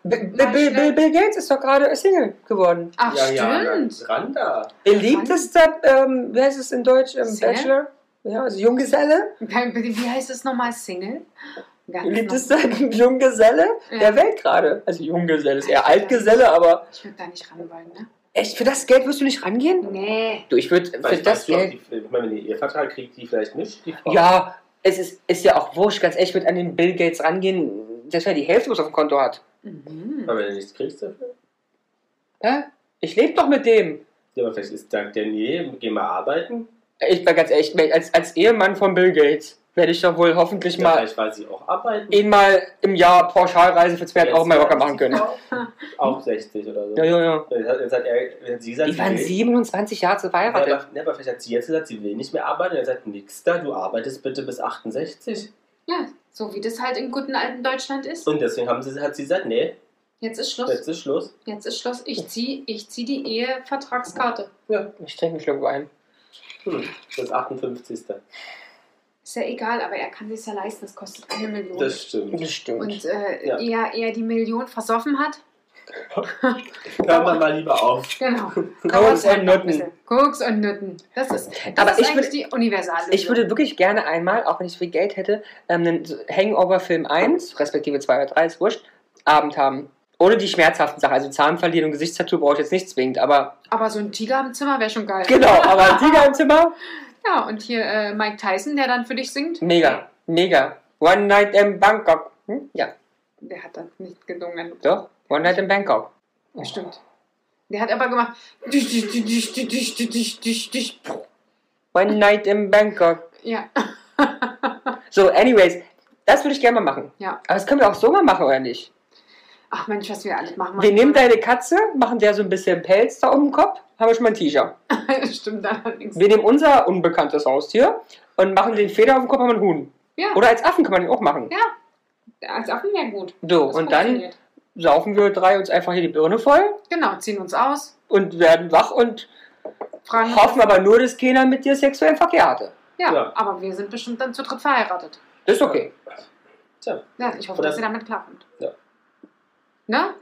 [SPEAKER 1] Ähm, Bill, Bill, Bill, Bill Gates ist doch gerade Single geworden.
[SPEAKER 4] Ach,
[SPEAKER 2] ja, Ja,
[SPEAKER 4] stimmt.
[SPEAKER 2] na, dran da.
[SPEAKER 1] Beliebtester, ähm, wie heißt es in Deutsch, ähm,
[SPEAKER 4] Single?
[SPEAKER 1] Bachelor? Ja, also Junggeselle.
[SPEAKER 4] Wie wie heißt es nochmal? Single?
[SPEAKER 1] genau.
[SPEAKER 4] Ganz
[SPEAKER 1] Beliebtester [LAUGHS] Junggeselle
[SPEAKER 4] noch- ja,
[SPEAKER 1] der Welt gerade. Also Junggeselle ist eher Altgeselle, aber
[SPEAKER 4] Ich würde da nicht ran wollen, ne?
[SPEAKER 1] Echt, für das Geld wirst du nicht rangehen?
[SPEAKER 4] Nee.
[SPEAKER 1] Du, ich würde für
[SPEAKER 2] Vielleicht
[SPEAKER 1] das
[SPEAKER 2] weißt du auch,
[SPEAKER 1] Geld.
[SPEAKER 2] die, ich meine, wenn ihr ihr Vertrag kriegt, die vielleicht nicht. Die Frau.
[SPEAKER 1] Ja, es ist, ist ja auch wurscht, ganz ehrlich, ich würde an den Bill Gates rangehen, dass er die Hälfte was auf dem Konto hat.
[SPEAKER 4] Mhm.
[SPEAKER 2] Aber wenn du nichts kriegst dafür.
[SPEAKER 1] Hä? Ich lebe doch mit dem.
[SPEAKER 2] Ja, aber vielleicht ist dank der Nähe, geh mal arbeiten.
[SPEAKER 1] Ich bin ganz ehrlich, als, als Ehemann von Bill Gates werde ich doch wohl hoffentlich
[SPEAKER 2] Ja,
[SPEAKER 1] mal
[SPEAKER 2] vielleicht war sie auch arbeiten.
[SPEAKER 1] einmal im Jahr Pauschalreise für 200
[SPEAKER 2] Jetzt
[SPEAKER 1] Euro mal locker
[SPEAKER 2] weiß
[SPEAKER 1] machen können.
[SPEAKER 2] Auch 60 oder so.
[SPEAKER 1] Ja, ja, ja.
[SPEAKER 2] Jetzt hat, jetzt hat er, jetzt hat sie gesagt,
[SPEAKER 1] Die waren
[SPEAKER 2] will-
[SPEAKER 1] 27 Jahre zu
[SPEAKER 2] Ja,
[SPEAKER 1] verheiratet.
[SPEAKER 2] aber, ja, aber vielleicht hat sie jetzt gesagt, sie will nicht mehr arbeiten. Er sagt, nix da, du arbeitest bitte bis 68.
[SPEAKER 4] Ja, so wie das halt im guten alten Deutschland ist.
[SPEAKER 2] Und deswegen haben sie, hat sie gesagt, nee,
[SPEAKER 4] Jetzt ist Schluss.
[SPEAKER 2] jetzt ist Schluss.
[SPEAKER 4] Jetzt ist Schluss. Ich zieh, ich zieh die Ehevertragskarte.
[SPEAKER 1] Ich trinke einen Schluck Wein.
[SPEAKER 2] Hm, das 58.
[SPEAKER 4] Ist ja egal, aber er kann sich's ja leisten. Das kostet eine Million.
[SPEAKER 2] Das stimmt.
[SPEAKER 1] Das stimmt.
[SPEAKER 4] und äh,
[SPEAKER 2] Ja.
[SPEAKER 4] eher, eher die Million versoffen hat.
[SPEAKER 2] Hör mal, mal lieber auf.
[SPEAKER 4] Genau.
[SPEAKER 1] Koks und Nutten.
[SPEAKER 4] Koks und Nutten. Das ist, das
[SPEAKER 1] Aber
[SPEAKER 4] ist
[SPEAKER 1] ich
[SPEAKER 4] eigentlich die universale. ne?
[SPEAKER 1] Ich würde wirklich gerne einmal, auch wenn ich so viel Geld hätte, ähm, einen so Hangover-Film 1, respektive 2 oder 3, ist wurscht, Abend haben. Ohne die schmerzhaften Sachen. Also Zahnverlieren und Gesichtstattoo brauche ich jetzt nicht zwingend, aber [LAUGHS]
[SPEAKER 4] Aber so ein Tiger im Zimmer wäre schon geil.
[SPEAKER 1] genau, aber ein Tiger im Zimmer,
[SPEAKER 4] Ja, und hier äh, Mike Tyson, der dann für dich singt.
[SPEAKER 1] mega, mega. One Night in Bangkok. Hm? Ja,
[SPEAKER 4] Der hat dann nicht gedungen.
[SPEAKER 1] doch. One Night in Bangkok.
[SPEAKER 4] Stimmt. Der hat aber gemacht. Dich, dich, dich, dich, dich, dich, dich, dich, dich.
[SPEAKER 1] One Night in Bangkok.
[SPEAKER 4] Ja. [LAUGHS]
[SPEAKER 1] So, anyways, das würde ich gerne mal machen.
[SPEAKER 4] Ja.
[SPEAKER 1] Aber das können wir auch so mal machen, oder nicht?
[SPEAKER 4] Ach Mensch, was wir alles machen.
[SPEAKER 1] Wir nehmen deine Katze, machen der so ein bisschen Pelz da um den Kopf, haben wir schon mal ein T-Shirt.
[SPEAKER 4] [LAUGHS] Stimmt allerdings.
[SPEAKER 1] Wir nehmen unser unbekanntes Haustier und machen den Feder auf den Kopf und einen Huhn.
[SPEAKER 4] Ja.
[SPEAKER 1] Oder als Affen kann man den auch machen.
[SPEAKER 4] Ja. Als Affen wäre gut.
[SPEAKER 1] So,
[SPEAKER 4] Das
[SPEAKER 1] und dann
[SPEAKER 4] funktioniert.
[SPEAKER 1] saufen wir drei uns einfach hier die Birne voll
[SPEAKER 4] Genau, ziehen uns aus.
[SPEAKER 1] und werden wach und
[SPEAKER 4] Fragen.
[SPEAKER 1] hoffen aber nur, dass keiner mit dir sexuellen Verkehr hatte.
[SPEAKER 4] Ja,
[SPEAKER 2] Ja.
[SPEAKER 4] aber wir sind bestimmt dann zu dritt verheiratet.
[SPEAKER 1] Das ist okay.
[SPEAKER 2] Tja,
[SPEAKER 4] Ja, ich hoffe,
[SPEAKER 2] Oder-
[SPEAKER 4] dass ihr damit klarkommt.
[SPEAKER 2] Ja.
[SPEAKER 4] Ne?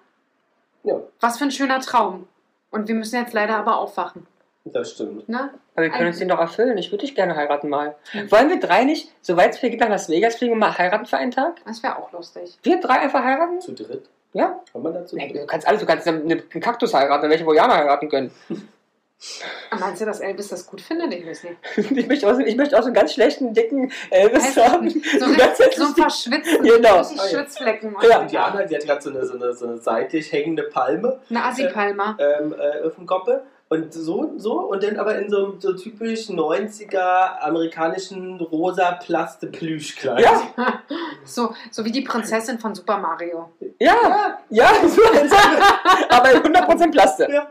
[SPEAKER 2] Ja.
[SPEAKER 4] Was für ein schöner Traum. Und wir müssen jetzt leider aber aufwachen.
[SPEAKER 2] das stimmt.
[SPEAKER 4] Ne?
[SPEAKER 1] Aber wir können uns den doch erfüllen. Ich würde dich gerne heiraten mal.
[SPEAKER 4] Hm.
[SPEAKER 1] Wollen wir drei nicht, soweit es mir geht, nach Las Vegas fliegen und mal heiraten für einen Tag?
[SPEAKER 4] Das wäre auch lustig.
[SPEAKER 1] Wir drei einfach heiraten?
[SPEAKER 2] Zu dritt?
[SPEAKER 1] Ja.
[SPEAKER 2] Kann man dazu?
[SPEAKER 1] Nee, Du kannst alles, du kannst einen einen Kaktus heiraten, welche Vojana heiraten können. [LAUGHS]
[SPEAKER 4] Aber Ah, Meinst du, dass Elvis das gut findet? Ich weiß nicht.
[SPEAKER 1] Ich möchte auch so, ich möchte auch so einen ganz schlechten, dicken äh, Elvis
[SPEAKER 4] Weiß ich
[SPEAKER 1] haben.
[SPEAKER 4] nicht.
[SPEAKER 1] [LAUGHS]
[SPEAKER 4] So,
[SPEAKER 1] Die ganze
[SPEAKER 4] richtig-
[SPEAKER 1] Zeit
[SPEAKER 4] so ein
[SPEAKER 1] ist die-
[SPEAKER 4] verschwitzten,
[SPEAKER 1] Genau.
[SPEAKER 4] richtig Schwitzflecken.
[SPEAKER 1] Ja.
[SPEAKER 2] Und die andere, die hat gerade so eine, so, eine, so eine seitlich hängende Palme
[SPEAKER 4] Eine Assi-Palma.
[SPEAKER 2] ähm, äh, auf dem Koppe. Und so, so, und dann aber in so einem so typisch 90er amerikanischen rosa Plaste-Plüschkleid.
[SPEAKER 1] Ja.
[SPEAKER 4] So, so wie die Prinzessin von Super Mario.
[SPEAKER 1] Ja, ja, [LAUGHS] so eine Sache. aber 100% Plaste.
[SPEAKER 2] [LAUGHS] ja.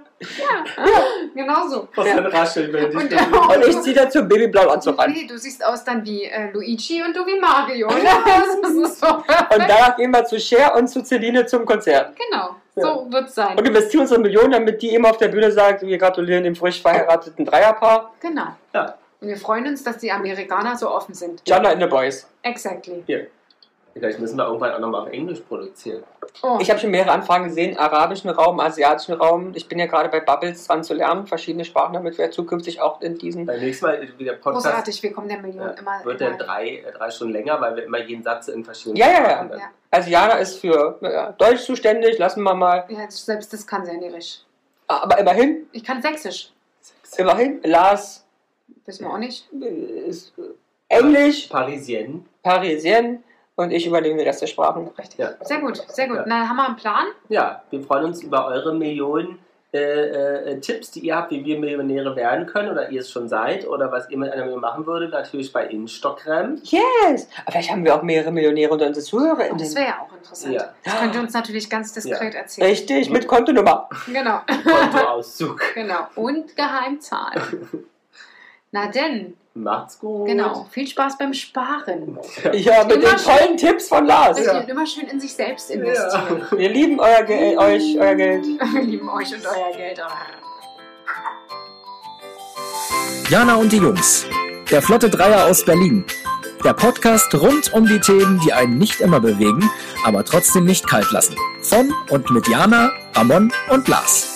[SPEAKER 4] Genau so.
[SPEAKER 2] Was
[SPEAKER 1] Ja.
[SPEAKER 2] für ein Rascheln, wenn
[SPEAKER 4] Und-
[SPEAKER 2] ich
[SPEAKER 4] [LAUGHS]
[SPEAKER 2] das-
[SPEAKER 1] Und ich ziehe dazu einen babyblauen Anzug an.
[SPEAKER 4] Nee, du siehst aus dann wie äh, Luigi und du
[SPEAKER 1] [LAUGHS]
[SPEAKER 4] wie Mario. [LAUGHS] Ne? Das ist so.
[SPEAKER 1] Und danach gehen wir zu Cher und zu Celine zum Konzert.
[SPEAKER 4] Genau, so wird's sein.
[SPEAKER 1] Und investieren unsere Millionen, damit die immer auf der Bühne sagt, wir gratulieren dem frisch verheirateten Dreierpaar.
[SPEAKER 4] Genau.
[SPEAKER 2] Ja.
[SPEAKER 4] Und wir freuen uns, dass die Amerikaner so offen sind.
[SPEAKER 1] Jana in the Boys.
[SPEAKER 4] Exactly.
[SPEAKER 2] Vielleicht müssen wir irgendwann auch nochmal auf Englisch produzieren.
[SPEAKER 4] Oh,
[SPEAKER 1] Ich habe schon mehrere Anfragen gesehen, arabischen Raum, asiatischen Raum. Ich bin ja gerade bei Bubbles dran zu lernen, verschiedene Sprachen, damit wir zukünftig auch in diesen...
[SPEAKER 2] Beim nächsten Mal, äh, der Podcast
[SPEAKER 4] großartig, wir kommen der Million
[SPEAKER 2] äh,
[SPEAKER 4] immer.
[SPEAKER 2] wird
[SPEAKER 4] immer.
[SPEAKER 2] dann drei, äh, drei Stunden länger, weil wir immer jeden Satz in verschiedenen
[SPEAKER 1] Ja, ja, ja.
[SPEAKER 2] Sprachen dann-
[SPEAKER 4] ja.
[SPEAKER 1] Also Jana ist für naja, Deutsch zuständig, lassen wir mal.
[SPEAKER 4] ja, selbst das kann sehr niedrig.
[SPEAKER 1] Aber immerhin,
[SPEAKER 4] Ich kann Sächsisch.
[SPEAKER 1] immerhin, Lars
[SPEAKER 4] Wissen wir auch nicht.
[SPEAKER 1] äh, ist äh, Englisch.
[SPEAKER 2] Parisienne.
[SPEAKER 1] Parisien und ich übernehme den Rest der Sprachen.
[SPEAKER 4] Richtig.
[SPEAKER 2] Ja.
[SPEAKER 4] Sehr gut, sehr gut.
[SPEAKER 2] Ja.
[SPEAKER 4] Na, haben wir einen Plan?
[SPEAKER 2] Ja, wir freuen uns über eure Millionen äh, äh, äh, Tipps, die ihr habt, wie wir Millionäre werden können oder ihr es schon seid oder was ihr mit einer Million machen würdet. Natürlich bei
[SPEAKER 4] [LAUGHS]
[SPEAKER 2] Instagram.
[SPEAKER 1] Yes! Aber vielleicht haben wir auch mehrere Millionäre unter unsere Zuhörer.
[SPEAKER 4] Oh, das wäre ja auch interessant.
[SPEAKER 2] Ja.
[SPEAKER 4] Das könnt ihr uns natürlich ganz diskret erzählen.
[SPEAKER 1] Richtig, mit Kontonummer.
[SPEAKER 4] Genau, [LAUGHS]
[SPEAKER 2] Kontoauszug.
[SPEAKER 4] genau. Und Geheimzahlen. Na denn,
[SPEAKER 2] Macht's gut.
[SPEAKER 4] genau. Viel Spaß beim Sparen.
[SPEAKER 1] Ja, mit den
[SPEAKER 4] Immer schön.
[SPEAKER 1] tollen Tipps von Lars.
[SPEAKER 4] Dass
[SPEAKER 2] Ja.
[SPEAKER 4] ihr immer schön in sich selbst investiert.
[SPEAKER 2] Ja.
[SPEAKER 1] Wir lieben euer Ge euch, euer Geld.
[SPEAKER 4] [LAUGHS] Wir lieben euch und euer Geld auch.
[SPEAKER 3] Jana und die Jungs. Der Flotte Dreier aus Berlin. Der Podcast rund um die Themen, die einen nicht immer bewegen, aber trotzdem nicht kalt lassen. Von und mit Jana, Ramon und Lars.